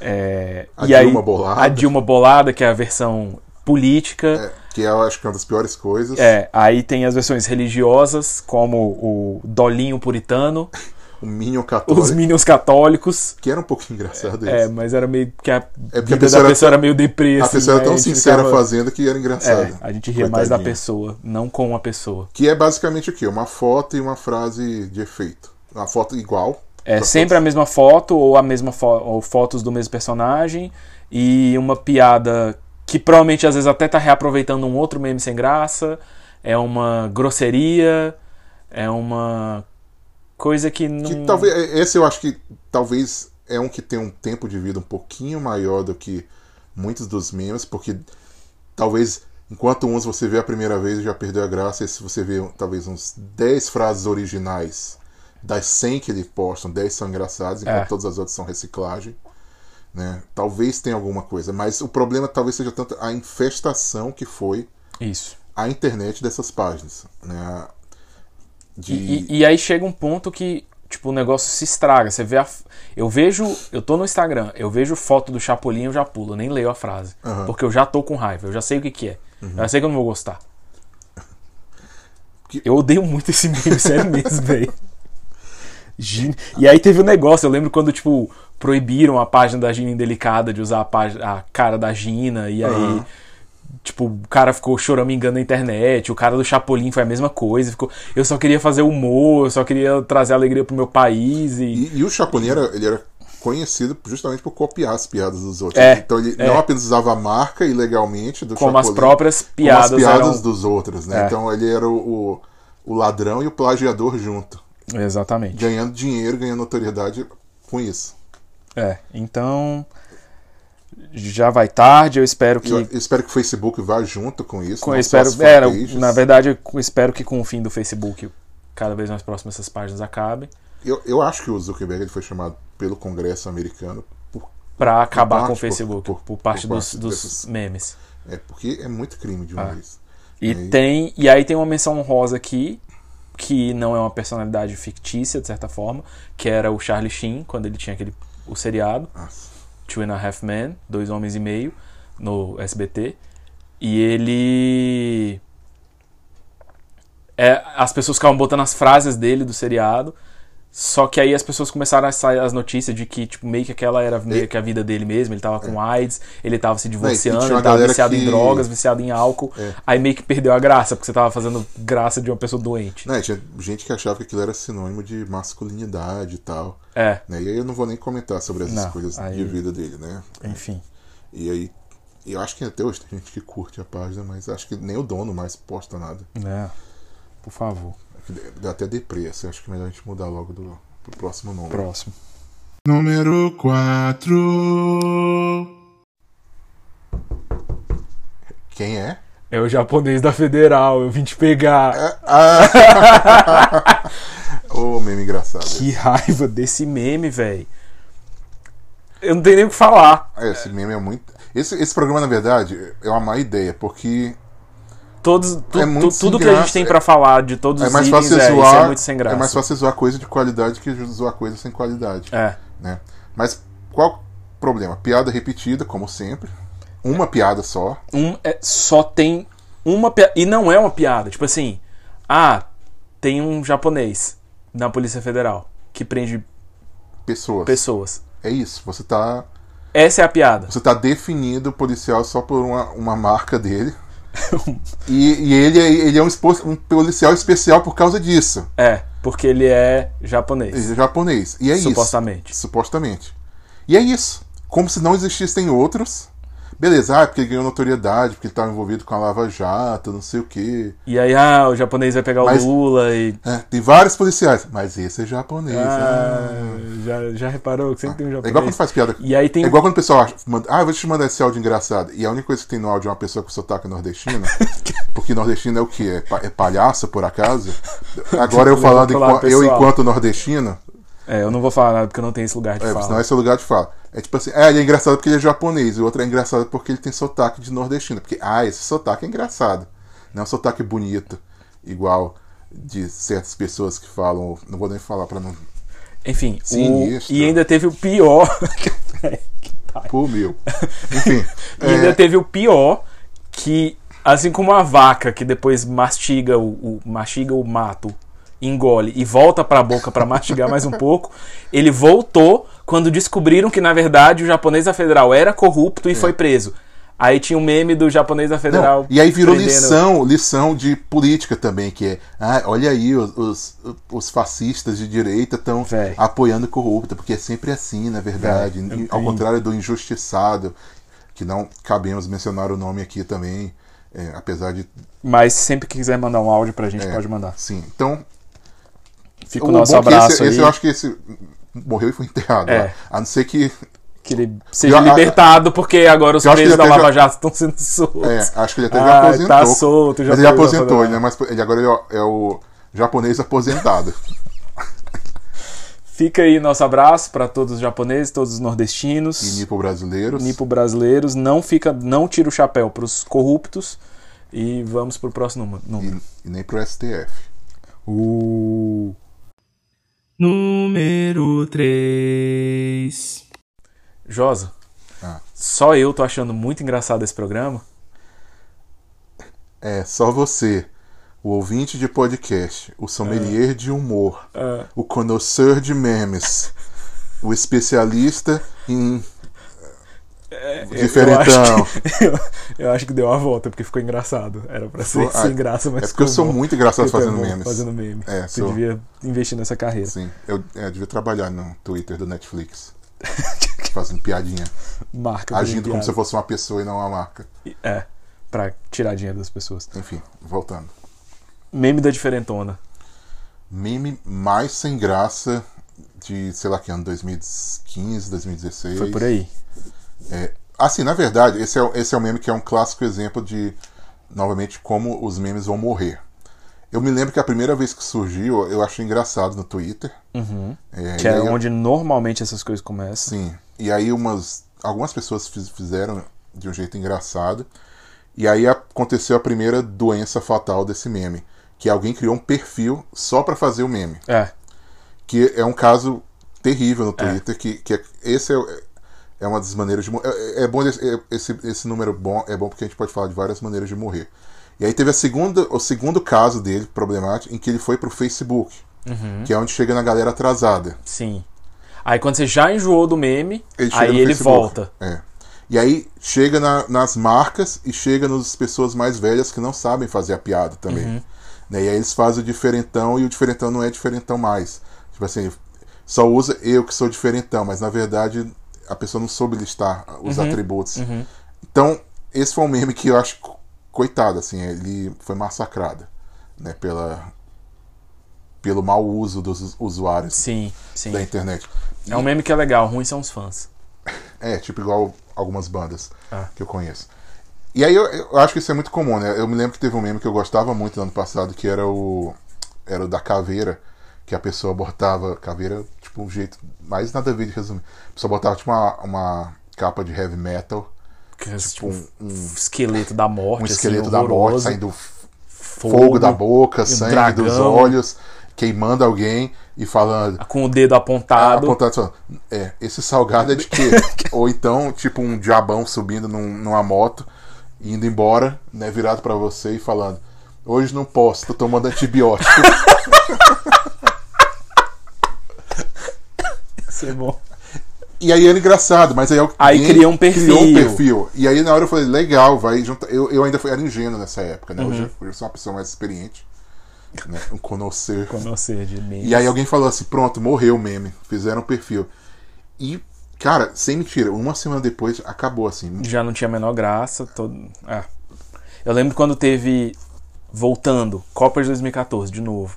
Speaker 5: é,
Speaker 4: A
Speaker 5: e
Speaker 4: Dilma
Speaker 5: aí,
Speaker 4: Bolada.
Speaker 5: A Dilma Bolada, que é a versão política.
Speaker 4: É, que eu acho que é uma das piores coisas.
Speaker 5: É. aí tem as versões religiosas, como o Dolinho Puritano,
Speaker 4: O Minion
Speaker 5: os
Speaker 4: Católico.
Speaker 5: Minions Católicos.
Speaker 4: Que era um pouco engraçado
Speaker 5: É,
Speaker 4: isso. É
Speaker 5: mas era meio que a
Speaker 4: a
Speaker 5: vida
Speaker 4: pessoa era
Speaker 5: da pessoa
Speaker 4: tão-
Speaker 5: era meio deprê.
Speaker 4: a
Speaker 5: assim,
Speaker 4: pessoa era
Speaker 5: né?
Speaker 4: tão
Speaker 5: A gente
Speaker 4: sincera
Speaker 5: ficava-
Speaker 4: fazendo que era engraçado.
Speaker 5: É, a gente ria mais da
Speaker 4: Coitadinha.
Speaker 5: pessoa, não com a pessoa.
Speaker 4: Que é basicamente o quê? Uma foto e uma frase de efeito. Uma foto igual.
Speaker 5: É
Speaker 4: Pra
Speaker 5: sempre a mesma foto ou a mesma fo ou fotos do mesmo personagem e uma piada que provavelmente às vezes até tá reaproveitando um outro meme sem graça, é uma grosseria, é uma coisa que não
Speaker 4: Que talvez é, esse eu acho que talvez é um que tem um tempo de vida um pouquinho maior do que muitos dos memes, porque talvez enquanto uns você vê a primeira vez e já perdeu a graça, se você vê um, talvez uns 10 frases originais das 100 que ele postam, 10 são engraçadas, enquanto
Speaker 5: É.
Speaker 4: todas as outras são reciclagem. Né? Talvez tenha alguma coisa, mas o problema talvez seja tanto a infestação que foi
Speaker 5: isso.
Speaker 4: a internet dessas páginas. Né? De...
Speaker 5: E, e- e aí chega um ponto que, tipo, o negócio se estraga. Você vê a. f- Eu vejo. Eu tô no Instagram, eu vejo foto do Chapolin, eu já pulo, eu nem leio a frase. Porque eu já tô com raiva, eu já sei o que, que é.
Speaker 4: Uhum.
Speaker 5: Eu já sei que eu não vou gostar.
Speaker 4: Que-
Speaker 5: Eu odeio muito esse meme, sério mesmo, velho. Gine- E aí teve um negócio, eu lembro quando, tipo, proibiram a página da Gina Indelicada de usar a, página- a cara da Gina, e aí, tipo, o cara ficou choramingando na internet, o cara do Chapolin foi a mesma coisa, ficou, eu só queria fazer humor, eu só queria trazer alegria pro meu país, e...
Speaker 4: E, e o Chapolin era, ele era conhecido justamente por copiar as piadas dos outros.
Speaker 5: É,
Speaker 4: então ele
Speaker 5: é.
Speaker 4: não apenas usava a marca ilegalmente do
Speaker 5: Como as
Speaker 4: Chapolin,
Speaker 5: próprias piadas
Speaker 4: como as piadas
Speaker 5: eram-
Speaker 4: dos outros, né?
Speaker 5: É.
Speaker 4: Então ele era o, o, o ladrão e o plagiador junto,
Speaker 5: Exatamente.
Speaker 4: ganhando dinheiro, ganhando notoriedade com isso.
Speaker 5: É, então... Já vai tarde, eu espero que...
Speaker 4: Eu, eu espero que o Facebook vá junto com isso.
Speaker 5: com-
Speaker 4: não
Speaker 5: eu
Speaker 4: só as
Speaker 5: espero, é,
Speaker 4: fanpages.
Speaker 5: na verdade, eu espero que com o fim do Facebook, cada vez mais próximo essas páginas acabe,
Speaker 4: eu, eu acho que o Zuckerberg ele foi chamado pelo Congresso americano por-
Speaker 5: pra acabar
Speaker 4: parte,
Speaker 5: com o
Speaker 4: por-
Speaker 5: Facebook, por,
Speaker 4: por-
Speaker 5: parte
Speaker 4: por
Speaker 5: dos,
Speaker 4: parte
Speaker 5: dos
Speaker 4: desses-
Speaker 5: memes.
Speaker 4: é porque é muito crime
Speaker 5: Ah.
Speaker 4: de uma vez.
Speaker 5: E
Speaker 4: aí-
Speaker 5: tem e aí tem uma menção honrosa aqui que não é uma personalidade fictícia de certa forma, que era o Charlie Sheen quando ele tinha aquele o seriado
Speaker 4: Nossa.
Speaker 5: Two and a Half Men, dois homens e meio no SBT e ele é, as pessoas ficavam botando as frases dele do seriado Só que aí as pessoas começaram a sair as notícias de que, tipo, meio que aquela era meio que a vida dele mesmo. Ele tava com
Speaker 4: É.
Speaker 5: AIDS, ele tava se divorciando,
Speaker 4: tinha uma
Speaker 5: ele tava
Speaker 4: galera
Speaker 5: viciado em
Speaker 4: que- É.
Speaker 5: drogas, viciado em álcool. Aí meio que perdeu a graça, porque você tava fazendo graça de uma pessoa doente.
Speaker 4: Né, tinha gente que achava que aquilo era sinônimo de masculinidade e tal.
Speaker 5: É.
Speaker 4: né? E aí eu não vou nem comentar sobre essas
Speaker 5: Não,
Speaker 4: coisas de
Speaker 5: aí-
Speaker 4: vida dele, né?
Speaker 5: Enfim.
Speaker 4: E aí, eu acho que até hoje tem gente que curte a página, mas acho que nem o dono mais posta nada.
Speaker 5: É. Por favor.
Speaker 4: Dá até deprê, assim, acho que é melhor a gente mudar logo do, pro próximo nome.
Speaker 5: Próximo.
Speaker 6: Número 4.
Speaker 4: Quem é?
Speaker 5: É o japonês da Federal, eu vim te pegar.
Speaker 4: Ô, meme engraçado.
Speaker 5: Que raiva desse meme, velho. Eu não tenho nem o que falar.
Speaker 4: É, esse meme é muito. Esse, esse programa, na verdade, é uma má ideia, porque
Speaker 5: Todos, tu-
Speaker 4: É muito
Speaker 5: tu- tudo
Speaker 4: sem
Speaker 5: que a gente
Speaker 4: graça.
Speaker 5: tem pra falar de todos
Speaker 4: é
Speaker 5: os
Speaker 4: mais
Speaker 5: itens
Speaker 4: fácil
Speaker 5: é, isso
Speaker 4: zoar.
Speaker 5: é muito sem graça.
Speaker 4: é mais fácil zoar coisa de qualidade que zoar coisa sem qualidade.
Speaker 5: É.
Speaker 4: né? Mas qual o problema? Piada repetida, como sempre. Uma piada só.
Speaker 5: um, é- só tem uma piada. E não é uma piada. Tipo assim, ah, tem um japonês na Polícia Federal que prende
Speaker 4: Pessoas.
Speaker 5: pessoas.
Speaker 4: É isso. Você tá.
Speaker 5: Essa é a piada.
Speaker 4: Você tá definindo o policial só por uma, uma marca dele. E, e ele, é, ele é um, expo- um policial especial por causa disso.
Speaker 5: É, porque ele é japonês.
Speaker 4: Ele é japonês. E é
Speaker 5: Supostamente.
Speaker 4: isso. Supostamente. E é isso. Como se não existissem outros. Beleza, ah, é porque ele ganhou notoriedade, porque ele estava envolvido com a Lava Jato, não sei o quê.
Speaker 5: E aí, ah, o japonês vai pegar o
Speaker 4: Mas-
Speaker 5: Lula e.
Speaker 4: É, tem vários policiais, mas esse é japonês. ah.
Speaker 5: Ah, já, já reparou que sempre tem um
Speaker 4: É igual quando
Speaker 5: japonês.
Speaker 4: faz piada.
Speaker 5: E aí tem- um-
Speaker 4: É igual quando o pessoal acha, manda, ah, eu vou te mandar esse áudio engraçado. E a única coisa que tem no áudio é uma pessoa com sotaque nordestino. porque nordestino é o quê? É, pa- é palhaço, por acaso? Agora eu falando,
Speaker 5: Vamos lá,
Speaker 4: enqua- eu
Speaker 5: pessoal.
Speaker 4: enquanto nordestino,
Speaker 5: É, eu não vou falar nada porque eu não tenho esse lugar de
Speaker 4: é, senão
Speaker 5: fala.
Speaker 4: esse é o lugar de fala. É tipo assim, ah, ele é engraçado porque ele é japonês. E o outro é engraçado porque ele tem sotaque de nordestino. Porque, ah, esse sotaque é engraçado. Não é um sotaque bonito, igual de certas pessoas que falam. Não vou nem falar pra não.
Speaker 5: Enfim, o-
Speaker 4: é Sinistro.
Speaker 5: e ainda teve o pior. que pai.
Speaker 4: Pô, meu. Enfim.
Speaker 5: E ainda teve o pior, que assim como a vaca que depois mastiga o, o- mastiga o mato, engole e volta pra boca pra mastigar mais um pouco, ele voltou quando descobriram que na verdade o japonês da federal era corrupto e foi preso. Aí tinha um meme do japonês da
Speaker 4: É. Não,
Speaker 5: federal.
Speaker 4: e aí virou
Speaker 5: prendendo-
Speaker 4: lição, lição de política também, que é, ah, olha aí, os, os, os fascistas de direita estão
Speaker 5: Véi.
Speaker 4: apoiando corrupto, porque é sempre assim, na verdade.
Speaker 5: Véi, é um eu-
Speaker 4: Ao
Speaker 5: eu-
Speaker 4: contrário do injustiçado, que não cabemos mencionar o nome aqui também, é, apesar de.
Speaker 5: Mas sempre que quiser mandar um áudio pra gente,
Speaker 4: é,
Speaker 5: pode mandar.
Speaker 4: Sim. Então,
Speaker 5: Fica o nosso
Speaker 4: bom é que
Speaker 5: abraço
Speaker 4: esse,
Speaker 5: aí.
Speaker 4: esse eu acho que esse morreu e foi enterrado.
Speaker 5: É.
Speaker 4: lá. A não ser que.
Speaker 5: Que ele seja
Speaker 4: Eu-
Speaker 5: libertado, porque agora os
Speaker 4: Eu acho que
Speaker 5: presos
Speaker 4: ele
Speaker 5: da
Speaker 4: até
Speaker 5: Lava
Speaker 4: já-
Speaker 5: Jato estão sendo soltos.
Speaker 4: É, acho que ele até
Speaker 5: Ah,
Speaker 4: já aposentou.
Speaker 5: Tá solto, já
Speaker 4: mas ele
Speaker 5: foi- já
Speaker 4: aposentou,
Speaker 5: foi-
Speaker 4: ele, é mais- ele agora é o- é o japonês aposentado.
Speaker 5: Fica aí nosso abraço para todos os japoneses, todos os nordestinos,
Speaker 4: e nipo brasileiros.
Speaker 5: nipo brasileiros. Não fica, não tira o chapéu para os corruptos. E vamos pro próximo numa- número.
Speaker 4: E, e nem pro STF.
Speaker 5: Uh,
Speaker 7: Número 3.
Speaker 5: Josa,
Speaker 4: Ah.
Speaker 5: só eu tô achando muito engraçado esse programa.
Speaker 4: É, só você, o ouvinte de podcast, o sommelier de humor,
Speaker 5: Ah.
Speaker 4: o connoisseur de memes, o especialista em.
Speaker 5: É, Eu
Speaker 4: Diferentão.
Speaker 5: acho, que, eu, eu acho que deu a volta, porque ficou engraçado. Era pra ser
Speaker 4: Ah,
Speaker 5: sem graça, mas
Speaker 4: é porque eu
Speaker 5: ficou
Speaker 4: sou
Speaker 5: bom.
Speaker 4: muito engraçado
Speaker 5: Porque tu é
Speaker 4: fazendo
Speaker 5: bom
Speaker 4: memes.
Speaker 5: Fazendo meme.
Speaker 4: É,
Speaker 5: Você
Speaker 4: sou.
Speaker 5: devia investir nessa carreira.
Speaker 4: Sim, eu, é, eu devia trabalhar no Twitter do Netflix. Fazendo piadinha.
Speaker 5: Marca.
Speaker 4: Agindo como
Speaker 5: piada.
Speaker 4: se eu fosse uma pessoa e não uma marca.
Speaker 5: É, pra tirar dinheiro das pessoas.
Speaker 4: Enfim, voltando.
Speaker 5: Meme da diferentona.
Speaker 4: Meme mais sem graça de, sei lá que ano, 2015, 2016.
Speaker 5: Foi por aí.
Speaker 4: Assim, na verdade, esse é, o- esse é um meme que é um clássico exemplo de, novamente, como os memes vão morrer. Eu me lembro que a primeira vez que surgiu, eu achei engraçado no Twitter. É,
Speaker 5: Que
Speaker 4: e
Speaker 5: é
Speaker 4: aí eu-
Speaker 5: onde normalmente essas coisas começam.
Speaker 4: Sim. E aí umas. Algumas pessoas fiz- fizeram de um jeito engraçado. E aí aconteceu a primeira doença fatal desse meme. Que alguém criou um perfil só pra fazer o meme.
Speaker 5: É.
Speaker 4: que é um caso terrível no Twitter, que, que é- esse é, é uma das maneiras de morrer. É, é bom esse, é- esse, esse número bom é bom porque a gente pode falar de várias maneiras de morrer. E aí teve a segunda, o segundo caso dele problemático em que ele foi pro Facebook que é onde chega na galera atrasada.
Speaker 5: Sim. Aí quando você já enjoou do meme,
Speaker 4: chega
Speaker 5: aí
Speaker 4: no
Speaker 5: ele
Speaker 4: Facebook.
Speaker 5: volta.
Speaker 4: É. E aí chega na- nas marcas e chega nas pessoas mais velhas que não sabem fazer a piada também.
Speaker 5: Uhum.
Speaker 4: Né? E aí eles fazem o diferentão e o diferentão não é diferentão mais. Tipo assim, só usa eu que sou diferentão, mas na verdade a pessoa não soube listar os
Speaker 5: Uhum.
Speaker 4: atributos. Então, esse foi um meme que eu acho, co- coitado, assim, ele foi massacrado né? pela, pelo mau uso dos usuários
Speaker 5: Sim, sim.
Speaker 4: da internet.
Speaker 5: É um meme que é legal, ruim são os fãs.
Speaker 4: É, tipo igual algumas bandas
Speaker 5: Ah.
Speaker 4: que eu conheço. E aí eu, eu acho que isso é muito comum, né? Eu me lembro que teve um meme que eu gostava muito no ano passado, que era o. Era o da caveira, que a pessoa botava. Caveira, tipo, um jeito. Mais nada a ver de resumir. A pessoa botava tipo uma, uma capa de heavy metal,
Speaker 5: Que é, Tipo,
Speaker 4: um-
Speaker 5: um, esqueleto da morte.
Speaker 4: um
Speaker 5: assim,
Speaker 4: esqueleto da morte
Speaker 5: horroroso,
Speaker 4: saindo f- fogo da boca,
Speaker 5: e um
Speaker 4: sangue dos
Speaker 5: dragão.
Speaker 4: olhos, queimando alguém e falando.
Speaker 5: Com o dedo apontado.
Speaker 4: Apontado e falando, é, esse salgado é de quê? Ou então, tipo, um diabão subindo num- numa moto, indo embora, né, virado pra você e falando, hoje não posso, tô tomando antibiótico.
Speaker 5: Isso é bom.
Speaker 4: e aí era engraçado, mas aí eu,
Speaker 5: Aí
Speaker 4: alguém
Speaker 5: criou um perfil.
Speaker 4: criou um perfil. E aí na hora eu falei, legal, vai juntar. Eu, eu ainda fui, era ingênuo nessa época, né?
Speaker 5: Uhum.
Speaker 4: Hoje eu sou uma pessoa mais experiente. Né? Um conhecer.
Speaker 5: Como eu sei de meme.
Speaker 4: E aí alguém falou assim, pronto, morreu o meme. Fizeram o perfil. E, cara, sem mentira, uma semana depois acabou assim.
Speaker 5: já não tinha a menor graça. Todo... Ah. Eu lembro quando teve, voltando, Copa de 2014, de novo,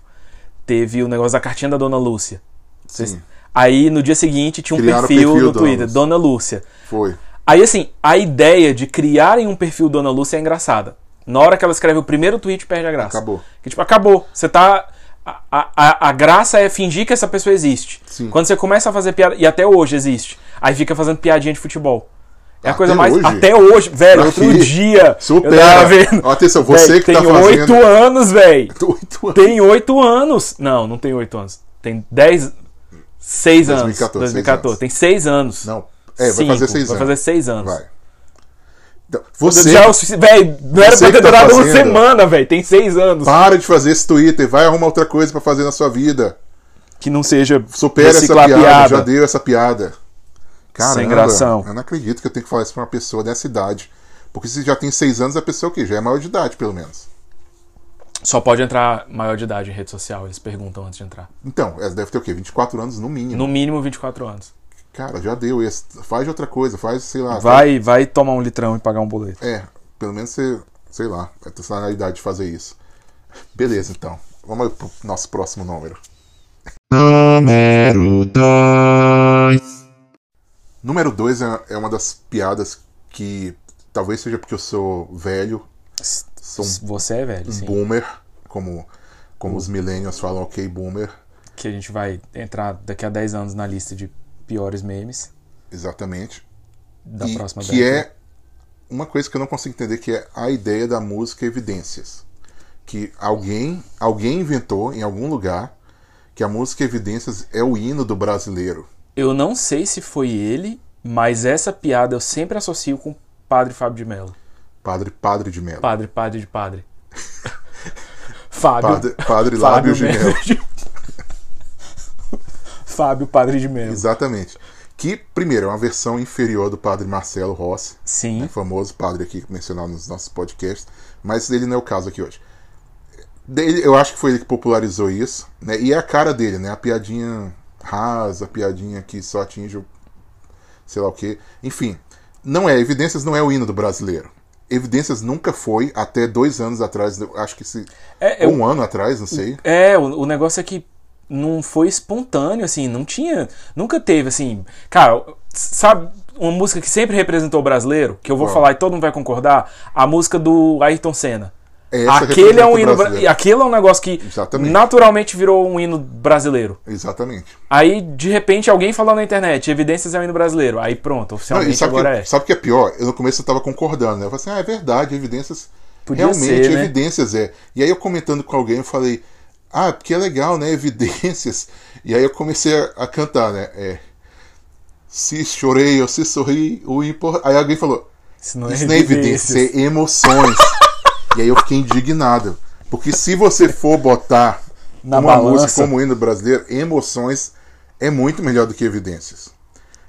Speaker 5: teve o negócio da cartinha da Dona Lúcia. Vocês-
Speaker 4: Sim.
Speaker 5: Aí no dia seguinte tinha um
Speaker 4: Criaram o
Speaker 5: perfil,
Speaker 4: perfil
Speaker 5: no
Speaker 4: Dona
Speaker 5: Twitter,
Speaker 4: Lúcia.
Speaker 5: Dona Lúcia.
Speaker 4: Foi.
Speaker 5: Aí assim, a ideia de criarem um perfil Dona Lúcia é engraçada. Na hora que ela escreve o primeiro tweet, perde a graça.
Speaker 4: Acabou.
Speaker 5: Que tipo, acabou. Você tá. A, a- a, a graça é fingir que essa pessoa existe.
Speaker 4: Sim.
Speaker 5: Quando você começa a fazer piada, e até hoje existe, aí fica fazendo piadinha de futebol. É a
Speaker 4: Até
Speaker 5: coisa mais.
Speaker 4: hoje?
Speaker 5: Até hoje, velho,
Speaker 4: Pra
Speaker 5: outro
Speaker 4: quê?
Speaker 5: dia.
Speaker 4: Supera.
Speaker 5: Eu tava vendo.
Speaker 4: Atenção, você
Speaker 5: Véi,
Speaker 4: que tá
Speaker 5: tem oito
Speaker 4: fazendo.
Speaker 5: anos, velho.
Speaker 4: Oito anos.
Speaker 5: Tem oito anos. Não, não tem oito anos. Tem dez. Seis anos.
Speaker 4: 2014,
Speaker 5: 2014.
Speaker 4: seis
Speaker 5: Tem seis anos.
Speaker 4: Não. É, vai
Speaker 5: Cinco,
Speaker 4: fazer seis
Speaker 5: Vai
Speaker 4: anos.
Speaker 5: fazer seis anos.
Speaker 4: Vai. Então,
Speaker 5: Meu
Speaker 4: você
Speaker 5: Deus, já é o sufici- Véi, não era
Speaker 4: Você
Speaker 5: pra ter
Speaker 4: que tá
Speaker 5: durado uma
Speaker 4: fazendo.
Speaker 5: semana, velho. Tem seis anos.
Speaker 4: para de fazer esse Twitter, vai arrumar outra coisa pra fazer na sua vida.
Speaker 5: Que não seja
Speaker 4: Supera essa
Speaker 5: reciclar
Speaker 4: piada,
Speaker 5: piada.
Speaker 4: já deu essa piada. Caramba,
Speaker 5: Sem gração.
Speaker 4: Eu não acredito que eu tenho que falar isso pra uma pessoa dessa idade. Porque se já tem seis anos, a pessoa que já é maior de idade, pelo menos.
Speaker 5: Só pode entrar maior de idade em rede social, eles perguntam antes de entrar.
Speaker 4: Então, ela deve ter o quê? 24 anos no mínimo.
Speaker 5: No mínimo 24 anos.
Speaker 4: Cara, já deu. esse. Faz outra coisa, faz, sei lá.
Speaker 5: Vai, vai tomar um litrão e pagar um boleto.
Speaker 4: É, pelo menos você, sei lá, você tá na idade de fazer isso. Beleza, então. Vamos pro nosso próximo número.
Speaker 6: Número 2.
Speaker 4: Número 2 é, é uma das piadas que talvez seja porque eu sou velho, sou um
Speaker 5: Você é velho, sim.
Speaker 4: boomer, como, como os millennials falam, ok, boomer.
Speaker 5: Que a gente vai entrar daqui a 10 anos na lista de piores memes
Speaker 4: Exatamente.
Speaker 5: da
Speaker 4: e
Speaker 5: próxima né?
Speaker 4: que
Speaker 5: década.
Speaker 4: é uma coisa que eu não consigo entender que é a ideia da música evidências que alguém alguém inventou em algum lugar que a música evidências é o hino do brasileiro
Speaker 5: Eu não sei se foi ele, mas essa piada eu sempre associo com o Padre Fábio de Mello.
Speaker 4: padre padre de melo
Speaker 5: Padre, padre de padre. Fábio.
Speaker 4: padre padre lábio de melo
Speaker 5: Mendes. Fábio, padre de Melo.
Speaker 4: exatamente que primeiro é uma versão inferior do padre Marcelo Rossi né,
Speaker 5: Sim.
Speaker 4: famoso padre aqui mencionado nos nossos podcasts, mas ele não é o caso aqui hoje. Dele- eu acho que foi ele que popularizou isso, né? E é a cara dele, né? A piadinha rasa, a piadinha que só atinge o sei lá o quê. Enfim, não é Evidências não é o hino do brasileiro. Evidências nunca foi até dois anos atrás, eu acho que se
Speaker 5: É,
Speaker 4: ou
Speaker 5: eu-
Speaker 4: um ano atrás, não sei.
Speaker 5: É, o, o negócio é que não foi espontâneo, assim, não tinha. Nunca teve, assim. Cara, sabe uma música que sempre representou o brasileiro, que eu vou
Speaker 4: Qual?
Speaker 5: falar e todo mundo vai concordar? A música do Ayrton Senna.
Speaker 4: É, essa
Speaker 5: Aquele é,
Speaker 4: representa
Speaker 5: um
Speaker 4: o
Speaker 5: hino, bra-
Speaker 4: brasileiro.
Speaker 5: aquele é um negócio que
Speaker 4: Exatamente.
Speaker 5: naturalmente virou um hino brasileiro.
Speaker 4: Exatamente.
Speaker 5: Aí, de repente, alguém falou na internet, evidências é um hino brasileiro. Aí pronto,
Speaker 4: Não, e
Speaker 5: oficialmente
Speaker 4: sabe,
Speaker 5: agora
Speaker 4: que,
Speaker 5: é.
Speaker 4: sabe que é pior? Eu no começo eu tava concordando, né? Eu falei assim, ah, é verdade, evidências.
Speaker 5: Podia
Speaker 4: realmente,
Speaker 5: ser, né?
Speaker 4: evidências é. E aí eu comentando com alguém, eu falei, ah, porque é legal, né? Evidências. E aí eu comecei a, a cantar, né? É, se chorei ou se sorri, o importante. Aí alguém falou,
Speaker 5: Isso não
Speaker 4: isso não é evidência, é emoções. e aí eu fiquei indignado. Porque se você for botar
Speaker 5: na
Speaker 4: uma música
Speaker 5: balança.
Speaker 4: como o hino brasileiro, emoções, é muito melhor do que evidências.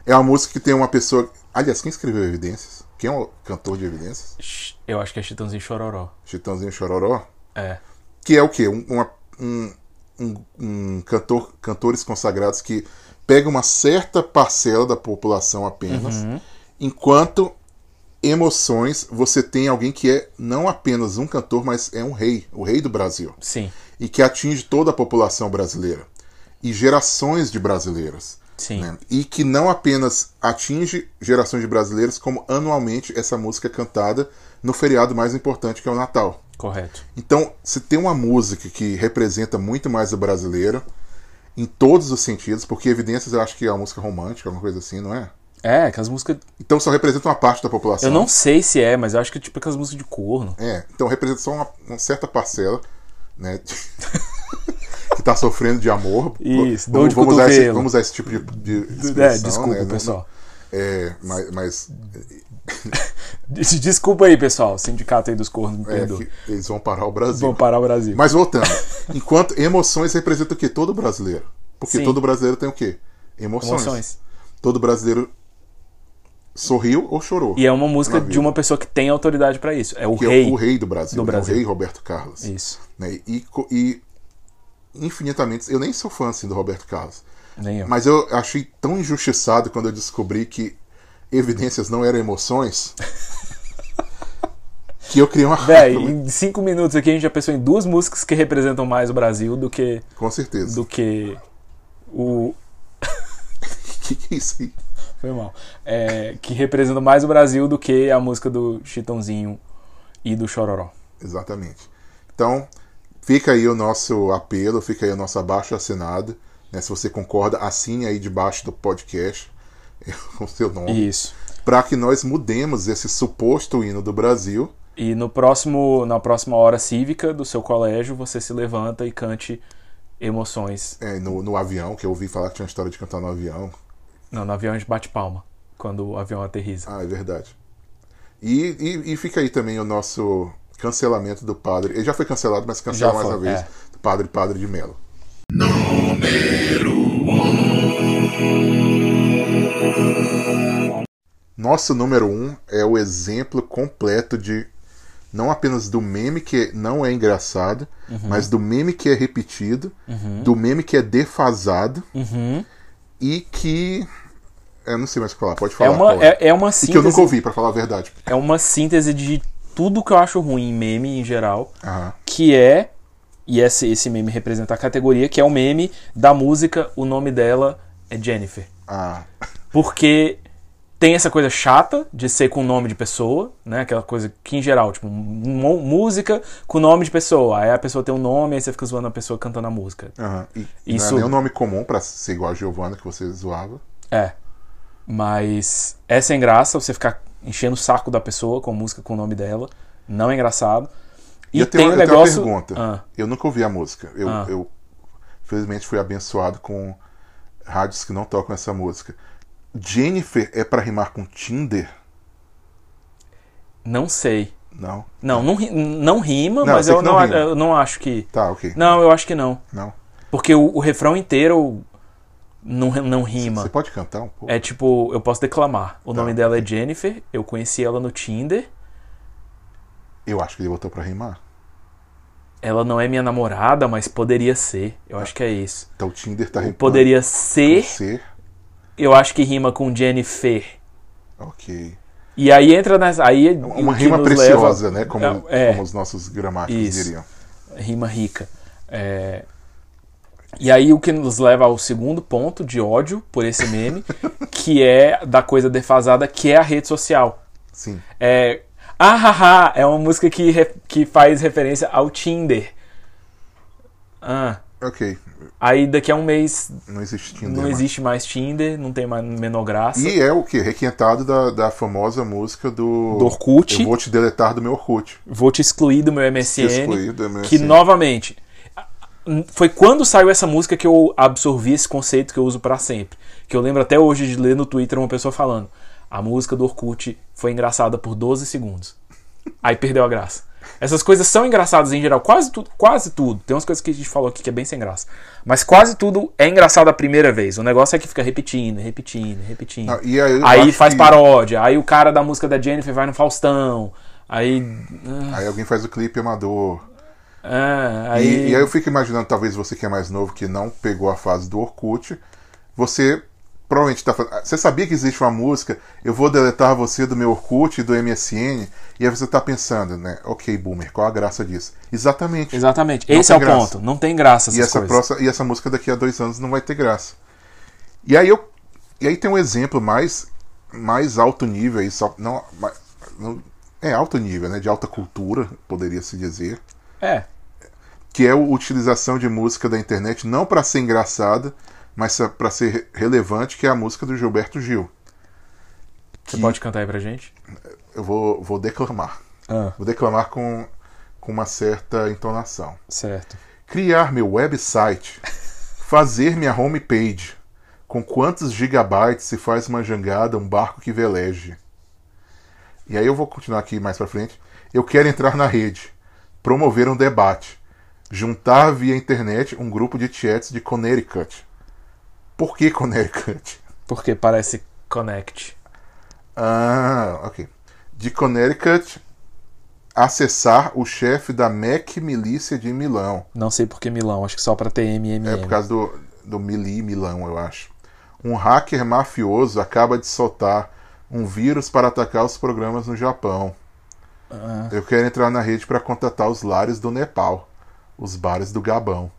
Speaker 4: É uma música que tem uma pessoa. Aliás, quem escreveu evidências? Quem é o cantor de evidências?
Speaker 5: Eu acho que é Chitãozinho Chororó.
Speaker 4: Chitãozinho Chororó?
Speaker 5: É.
Speaker 4: que é o quê? Um, uma- um, um- um cantor, cantores consagrados que pega uma certa parcela da população apenas,
Speaker 5: Uhum.
Speaker 4: enquanto emoções você tem alguém que é não apenas um cantor, mas é um rei, o rei do Brasil,
Speaker 5: Sim.
Speaker 4: e que atinge toda a população brasileira e gerações de brasileiros.
Speaker 5: Sim.
Speaker 4: né? E que não apenas atinge gerações de brasileiros, como anualmente essa música é cantada no feriado mais importante que é o Natal.
Speaker 5: Correto.
Speaker 4: Então, se tem uma música que representa muito mais o brasileiro, em todos os sentidos, porque Evidências eu acho que é uma música romântica, alguma coisa assim, não é?
Speaker 5: É, aquelas músicas.
Speaker 4: Então só representa uma parte da população.
Speaker 5: Eu não sei se é, mas eu acho que é tipo aquelas músicas de corno.
Speaker 4: É, então representa só uma, uma certa parcela, né? que tá sofrendo de amor.
Speaker 5: Isso, dor
Speaker 4: vamos,
Speaker 5: de
Speaker 4: vamos usar esse,
Speaker 5: cotovelo.
Speaker 4: vamos usar esse tipo de. de
Speaker 5: É,
Speaker 4: expressão,
Speaker 5: desculpa,
Speaker 4: né? Não-
Speaker 5: pessoal.
Speaker 4: É, mas. mas é,
Speaker 5: Des- Desculpa aí, pessoal. Sindicato aí dos cornos, me
Speaker 4: é,
Speaker 5: perdoa.
Speaker 4: que eles vão parar o Brasil.
Speaker 5: Vão parar o Brasil.
Speaker 4: Mas voltando, enquanto emoções representam o quê? Todo brasileiro. Porque
Speaker 5: Sim.
Speaker 4: todo brasileiro tem o quê? Emoções.
Speaker 5: Emoções.
Speaker 4: Todo brasileiro sorriu ou chorou.
Speaker 5: E é uma música
Speaker 4: Na vida.
Speaker 5: de uma pessoa que tem autoridade pra isso. É o
Speaker 4: que
Speaker 5: rei.
Speaker 4: é o rei do Brasil,
Speaker 5: do
Speaker 4: né?
Speaker 5: Brasil.
Speaker 4: o rei Roberto Carlos.
Speaker 5: Isso.
Speaker 4: né? E, co- e infinitamente, eu nem sou fã assim do Roberto Carlos,
Speaker 5: Nem eu.
Speaker 4: mas eu achei tão injustiçado quando eu descobri que evidências não eram emoções. que eu criei uma
Speaker 5: Véi,
Speaker 4: raiva,
Speaker 5: em cinco minutos aqui a gente já pensou em duas músicas que representam mais o Brasil do que.
Speaker 4: com certeza.
Speaker 5: do que. o.
Speaker 4: Que que é isso aí?
Speaker 5: Foi mal. É, que representam mais o Brasil do que a música do Chitãozinho e do Chororó.
Speaker 4: Exatamente. Então, fica aí o nosso apelo, fica aí o nosso abaixo assinado. né? Se você concorda, assine aí debaixo do podcast com seu nome.
Speaker 5: Isso.
Speaker 4: Para que nós mudemos esse suposto hino do Brasil.
Speaker 5: E no próximo, na próxima hora cívica do seu colégio, você se levanta e cante emoções.
Speaker 4: é, no, no avião, que eu ouvi falar que tinha uma história de cantar no avião.
Speaker 5: Não, no avião a gente bate palma quando o avião aterriza.
Speaker 4: Ah, é verdade. E, e, e fica aí também o nosso cancelamento do padre. Ele já foi cancelado, mas cancelou
Speaker 5: Já
Speaker 4: mais
Speaker 5: foi,
Speaker 4: uma vez.
Speaker 5: é.
Speaker 4: Do padre Padre de Melo. Nosso número um é o exemplo completo de não apenas do meme que não é engraçado,
Speaker 5: Uhum.
Speaker 4: mas do meme que é repetido, do meme que é defasado
Speaker 5: Uhum.
Speaker 4: e que. Eu não sei mais o que falar, pode
Speaker 5: É
Speaker 4: falar.
Speaker 5: uma,
Speaker 4: qual
Speaker 5: é, é uma
Speaker 4: E que eu nunca
Speaker 5: síntese,
Speaker 4: ouvi, pra falar a verdade.
Speaker 5: é uma síntese de tudo que eu acho ruim em meme em geral,
Speaker 4: Aham.
Speaker 5: que é e esse, esse meme representa a categoria que é o meme da música, o nome dela é Jennifer.
Speaker 4: Ah,
Speaker 5: Porque tem essa coisa chata de ser com nome de pessoa, né? Aquela coisa que em geral, tipo, mu- música com nome de pessoa. Aí a pessoa tem um nome, aí você fica zoando a pessoa cantando a música.
Speaker 4: aham. E
Speaker 5: Isso-
Speaker 4: não é nem um nome comum pra ser igual a Giovana que você zoava.
Speaker 5: É. Mas é sem graça você ficar enchendo o saco da pessoa com música com o nome dela. Não é engraçado. E
Speaker 4: eu
Speaker 5: tem
Speaker 4: tenho,
Speaker 5: um
Speaker 4: eu tenho
Speaker 5: negócio.
Speaker 4: uma pergunta.
Speaker 5: Ah,
Speaker 4: Eu nunca ouvi a música. Eu,
Speaker 5: Ah.
Speaker 4: eu, felizmente, fui abençoado com rádios que não tocam essa música. Jennifer é pra rimar com Tinder?
Speaker 5: não sei.
Speaker 4: Não.
Speaker 5: Não, não, ri- não rima,
Speaker 4: Não, eu
Speaker 5: mas
Speaker 4: sei
Speaker 5: eu
Speaker 4: que não
Speaker 5: não, a-
Speaker 4: rima.
Speaker 5: eu não acho que.
Speaker 4: Tá, ok.
Speaker 5: Não, eu acho que não.
Speaker 4: Não.
Speaker 5: Porque o, o refrão inteiro não, não rima.
Speaker 4: Você pode cantar um pouco?
Speaker 5: É tipo, eu posso declamar. O nome
Speaker 4: Tá.
Speaker 5: dela é Jennifer, eu conheci ela no Tinder,
Speaker 4: Eu acho que ele botou pra rimar.
Speaker 5: ela não é minha namorada, mas poderia ser. Eu acho que é isso.
Speaker 4: Então o Tinder tá rimando.
Speaker 5: Poderia
Speaker 4: com
Speaker 5: ser,
Speaker 4: ser.
Speaker 5: eu acho que rima com Jennifer.
Speaker 4: Ok.
Speaker 5: E aí entra nas. Aí
Speaker 4: É Uma
Speaker 5: o que
Speaker 4: rima
Speaker 5: nos
Speaker 4: preciosa,
Speaker 5: leva-
Speaker 4: né? Como,
Speaker 5: é,
Speaker 4: como os nossos gramáticos
Speaker 5: Isso.
Speaker 4: diriam.
Speaker 5: rima rica. É, E aí o que nos leva ao segundo ponto de ódio por esse meme, que é da coisa defasada, que é a rede social.
Speaker 4: Sim.
Speaker 5: É. Ah, ha, ha, é uma música que, re- que faz referência ao Tinder. Ah,
Speaker 4: Ok.
Speaker 5: aí daqui a um mês
Speaker 4: Não existe Tinder.
Speaker 5: não
Speaker 4: mais.
Speaker 5: existe mais Tinder, não tem mais menor graça.
Speaker 4: E é o que? Requentado da, da famosa música do.
Speaker 5: Do Orkut.
Speaker 4: Eu vou te deletar do meu Orkut.
Speaker 5: Vou te excluir do meu MSN.
Speaker 4: excluir do MSN.
Speaker 5: Que novamente. Foi quando saiu essa música que eu absorvi esse conceito que eu uso pra sempre. Que eu lembro até hoje de ler no Twitter uma pessoa falando: a música do Orkut foi engraçada por 12 segundos. Aí perdeu a graça. Essas coisas são engraçadas em geral. Quase tudo, quase tudo. Tem umas coisas que a gente falou aqui que é bem sem graça. Mas quase tudo é engraçado a primeira vez. O negócio é que fica repetindo, repetindo, repetindo.
Speaker 4: Não, Ah, e aí eu
Speaker 5: aí
Speaker 4: acho
Speaker 5: faz
Speaker 4: que-
Speaker 5: paródia. Aí o cara da música da Jennifer vai no Faustão. Aí. né?
Speaker 4: Aí alguém faz o clipe amador. E-
Speaker 5: ah, aí
Speaker 4: E, aí eu fico imaginando, talvez você que é mais novo, que não pegou a fase do Orkut, você provavelmente tá falando. "Ah, Você sabia que existe uma música, eu vou deletar você do meu Orkut e do MSN, e aí você tá pensando, né? Ok, boomer, qual a graça disso? Exatamente.
Speaker 5: Exatamente.
Speaker 4: Não
Speaker 5: Esse
Speaker 4: tem
Speaker 5: é o
Speaker 4: graça.
Speaker 5: ponto. Não tem graça essas
Speaker 4: E essa,
Speaker 5: coisas.
Speaker 4: próxima, e essa música daqui a dois anos não vai ter graça. E aí eu. E aí tem um exemplo mais, mais alto nível aí, só. Não, mas- não- é alto nível, né? De alta cultura, poderia se dizer.
Speaker 5: É.
Speaker 4: que é a utilização de música da internet não para ser engraçada, mas para ser relevante, que é a música do Gilberto Gil.
Speaker 5: Você pode cantar aí pra gente?
Speaker 4: Eu vou, vou declamar.
Speaker 5: Ah,
Speaker 4: Vou declamar com, com uma certa entonação.
Speaker 5: certo.
Speaker 4: Criar meu website, fazer minha homepage. Com quantos gigabytes se faz uma jangada, um barco que veleje? E aí eu vou continuar aqui mais pra frente. Eu quero entrar na rede, promover um debate, juntar via internet um grupo de chats de Connecticut. Por que Connecticut?
Speaker 5: Porque parece Connect.
Speaker 4: Ah, ok. De Connecticut, acessar o chefe da Mac Milícia de Milão.
Speaker 5: Não sei por que Milão, acho que só pra ter MMM.
Speaker 4: É por causa do, do Mili Milão, eu acho. Um hacker mafioso acaba de soltar um vírus para atacar os programas no Japão.
Speaker 5: Ah.
Speaker 4: Eu quero entrar na rede para contatar os lares do Nepal, os bares do Gabão.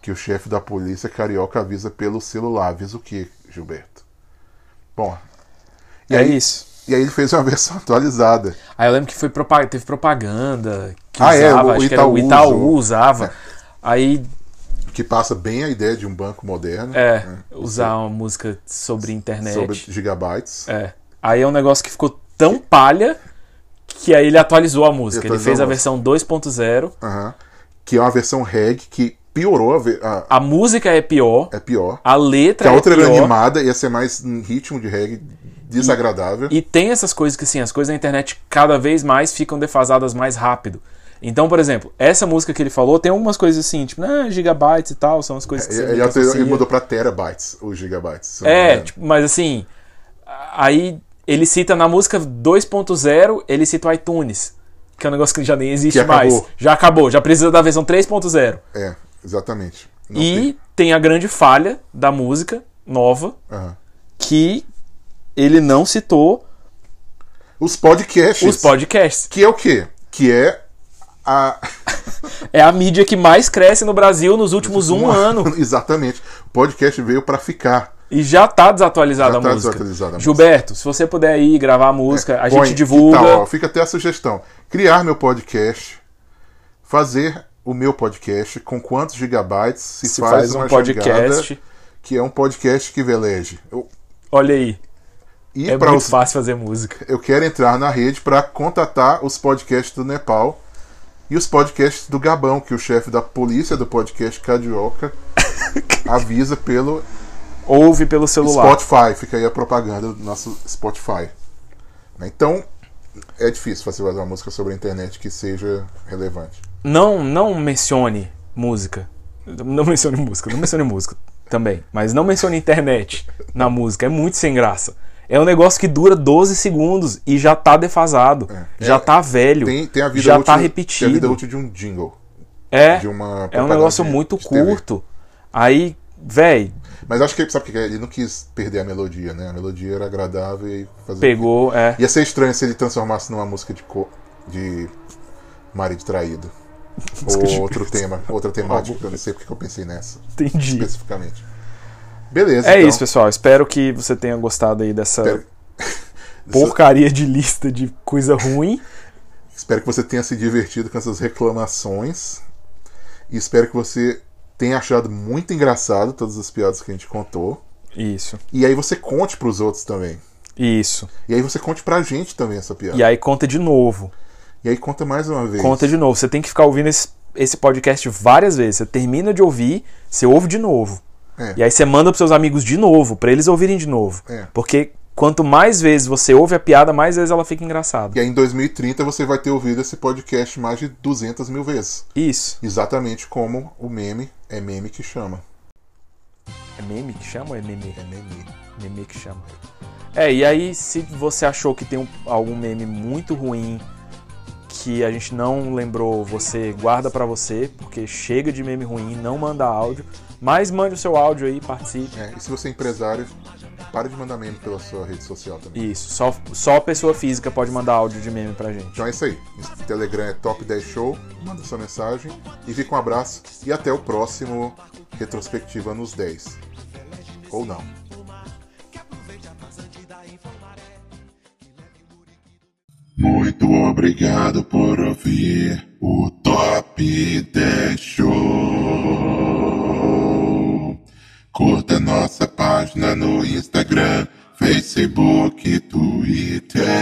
Speaker 4: Que o chefe da polícia carioca avisa pelo celular. Avisa o que, Gilberto? Bom,
Speaker 5: E é isso.
Speaker 4: e aí ele fez uma versão atualizada.
Speaker 5: Aí eu lembro que foi propa- teve propaganda que
Speaker 4: Ah, é,
Speaker 5: usava,
Speaker 4: o
Speaker 5: acho que era
Speaker 4: Itaú
Speaker 5: o
Speaker 4: usou.
Speaker 5: Itaú
Speaker 4: É.
Speaker 5: usava. Aí,
Speaker 4: Que passa bem a ideia de um banco moderno.
Speaker 5: é,
Speaker 4: né,
Speaker 5: usar uma música sobre internet.
Speaker 4: Sobre gigabytes.
Speaker 5: É. Aí é um negócio que ficou tão palha que aí ele atualizou a música. Ele
Speaker 4: Atualizou
Speaker 5: fez
Speaker 4: a
Speaker 5: a versão 2.0.
Speaker 4: Aham. Que é uma versão reggae que piorou a, ve- a-
Speaker 5: A música é pior,
Speaker 4: é pior.
Speaker 5: a letra
Speaker 4: Que a outra
Speaker 5: é
Speaker 4: era
Speaker 5: pior.
Speaker 4: animada, ia ser mais em ritmo de reggae desagradável.
Speaker 5: E tem essas coisas que, assim, as coisas na internet cada vez mais ficam defasadas mais rápido. Então, por exemplo, essa música que ele falou tem algumas coisas assim, tipo, ah, gigabytes e tal, são as coisas que
Speaker 4: Ele,
Speaker 5: você
Speaker 4: ele
Speaker 5: meio que
Speaker 4: alterou- ele
Speaker 5: associa.
Speaker 4: é, mudou pra terabytes, os gigabytes. se eu não me
Speaker 5: É,
Speaker 4: engano.
Speaker 5: tipo, mas assim, aí ele cita na música 2.0, ele cita o iTunes, que é um negócio que já nem existe
Speaker 4: Que
Speaker 5: mais.
Speaker 4: acabou.
Speaker 5: Já acabou, já precisa da versão 3.0.
Speaker 4: É, exatamente. Não
Speaker 5: tipo- E
Speaker 4: tem-
Speaker 5: tem a grande falha da música nova,
Speaker 4: Aham.
Speaker 5: que ele não citou
Speaker 4: Os podcasts.
Speaker 5: os podcasts.
Speaker 4: Que é o quê? Que é a.
Speaker 5: É a mídia que mais cresce no Brasil nos últimos um ano.
Speaker 4: exatamente. O podcast veio pra ficar.
Speaker 5: E já tá desatualizada
Speaker 4: Já
Speaker 5: a
Speaker 4: tá
Speaker 5: música.
Speaker 4: desatualizada a É,
Speaker 5: Gilberto, se você puder aí gravar a música, a
Speaker 4: Põe-
Speaker 5: gente divulga.
Speaker 4: que tal, ó, fica até a sugestão. Criar meu podcast. Fazer o meu podcast com quantos gigabytes se,
Speaker 5: se faz, um
Speaker 4: uma
Speaker 5: podcast.
Speaker 4: jangada, que é um podcast que veleje. Eu-
Speaker 5: Olha aí,
Speaker 4: E
Speaker 5: é
Speaker 4: pra
Speaker 5: muito
Speaker 4: os
Speaker 5: fácil fazer música.
Speaker 4: eu quero entrar na rede para contatar os podcasts do Nepal e os podcasts do Gabão, que o chefe da polícia do podcast Carioca avisa pelo
Speaker 5: Ouve pelo celular.
Speaker 4: Spotify. Fica aí a propaganda do nosso Spotify. Né, Então, é difícil você fazer uma música sobre a internet que seja relevante.
Speaker 5: Não, não mencione música. Não mencione música, não mencione música também. Mas não mencione internet na música, é muito sem graça. É um negócio que dura 12 segundos e já tá defasado,
Speaker 4: É.
Speaker 5: já tá velho,
Speaker 4: Tem, tem a vida
Speaker 5: já
Speaker 4: útil,
Speaker 5: tá
Speaker 4: Tem a vida
Speaker 5: repetido.
Speaker 4: útil de um jingle.
Speaker 5: É,
Speaker 4: de uma
Speaker 5: é um
Speaker 4: propaganda
Speaker 5: negócio
Speaker 4: de-
Speaker 5: muito
Speaker 4: de TV.
Speaker 5: curto. Aí, véi,
Speaker 4: Mas acho que, sabe o que é? ele não quis perder a melodia, né? A melodia era agradável e fazer
Speaker 5: pegou, é.
Speaker 4: Ia ser estranho se ele transformasse numa música de co... de marido traído. Ou outro tema, outra temática, eu não sei porque que eu pensei nessa,
Speaker 5: Entendi.
Speaker 4: Então especificamente. Beleza,
Speaker 5: É
Speaker 4: então.
Speaker 5: isso, pessoal. Espero que você tenha gostado aí dessa
Speaker 4: Espero-
Speaker 5: porcaria de lista de coisa ruim.
Speaker 4: Espero que você tenha se divertido com essas reclamações. E espero que você tenha achado muito engraçado todas as piadas que a gente contou.
Speaker 5: Isso,
Speaker 4: E aí você conte pros outros também.
Speaker 5: isso.
Speaker 4: E aí você conte pra gente também essa piada.
Speaker 5: E aí conta de novo.
Speaker 4: E aí conta mais uma vez.
Speaker 5: Conta de novo. Você tem que ficar ouvindo esse, esse podcast várias vezes. Você termina de ouvir, você ouve de novo.
Speaker 4: É.
Speaker 5: E aí você manda pros seus amigos de novo, pra eles ouvirem de novo.
Speaker 4: É.
Speaker 5: Porque Quanto mais vezes você ouve a piada, mais vezes ela fica engraçada.
Speaker 4: E aí em 2030 você vai ter ouvido esse podcast mais de 200 mil vezes.
Speaker 5: Isso.
Speaker 4: Exatamente como o meme é meme que chama.
Speaker 5: É meme que chama ou é meme?
Speaker 4: É meme.
Speaker 5: Meme que chama. É, e aí se você achou que tem um- algum meme muito ruim que a gente não lembrou, você guarda pra você, porque chega de meme ruim, não manda áudio, mas mande o seu áudio aí, participe.
Speaker 4: É, e se você é empresário, para de mandar meme pela sua rede social também.
Speaker 5: Isso, só, só a pessoa física pode mandar áudio de meme pra gente.
Speaker 4: Então é isso aí. Esse Telegram é Top 10 Show. Manda sua mensagem. E fica um abraço. E até o próximo Retrospectiva nos 10. Ou não.
Speaker 1: Muito obrigado por ouvir o Top 10 Show. Curta nossa página no Instagram, Facebook, Twitter.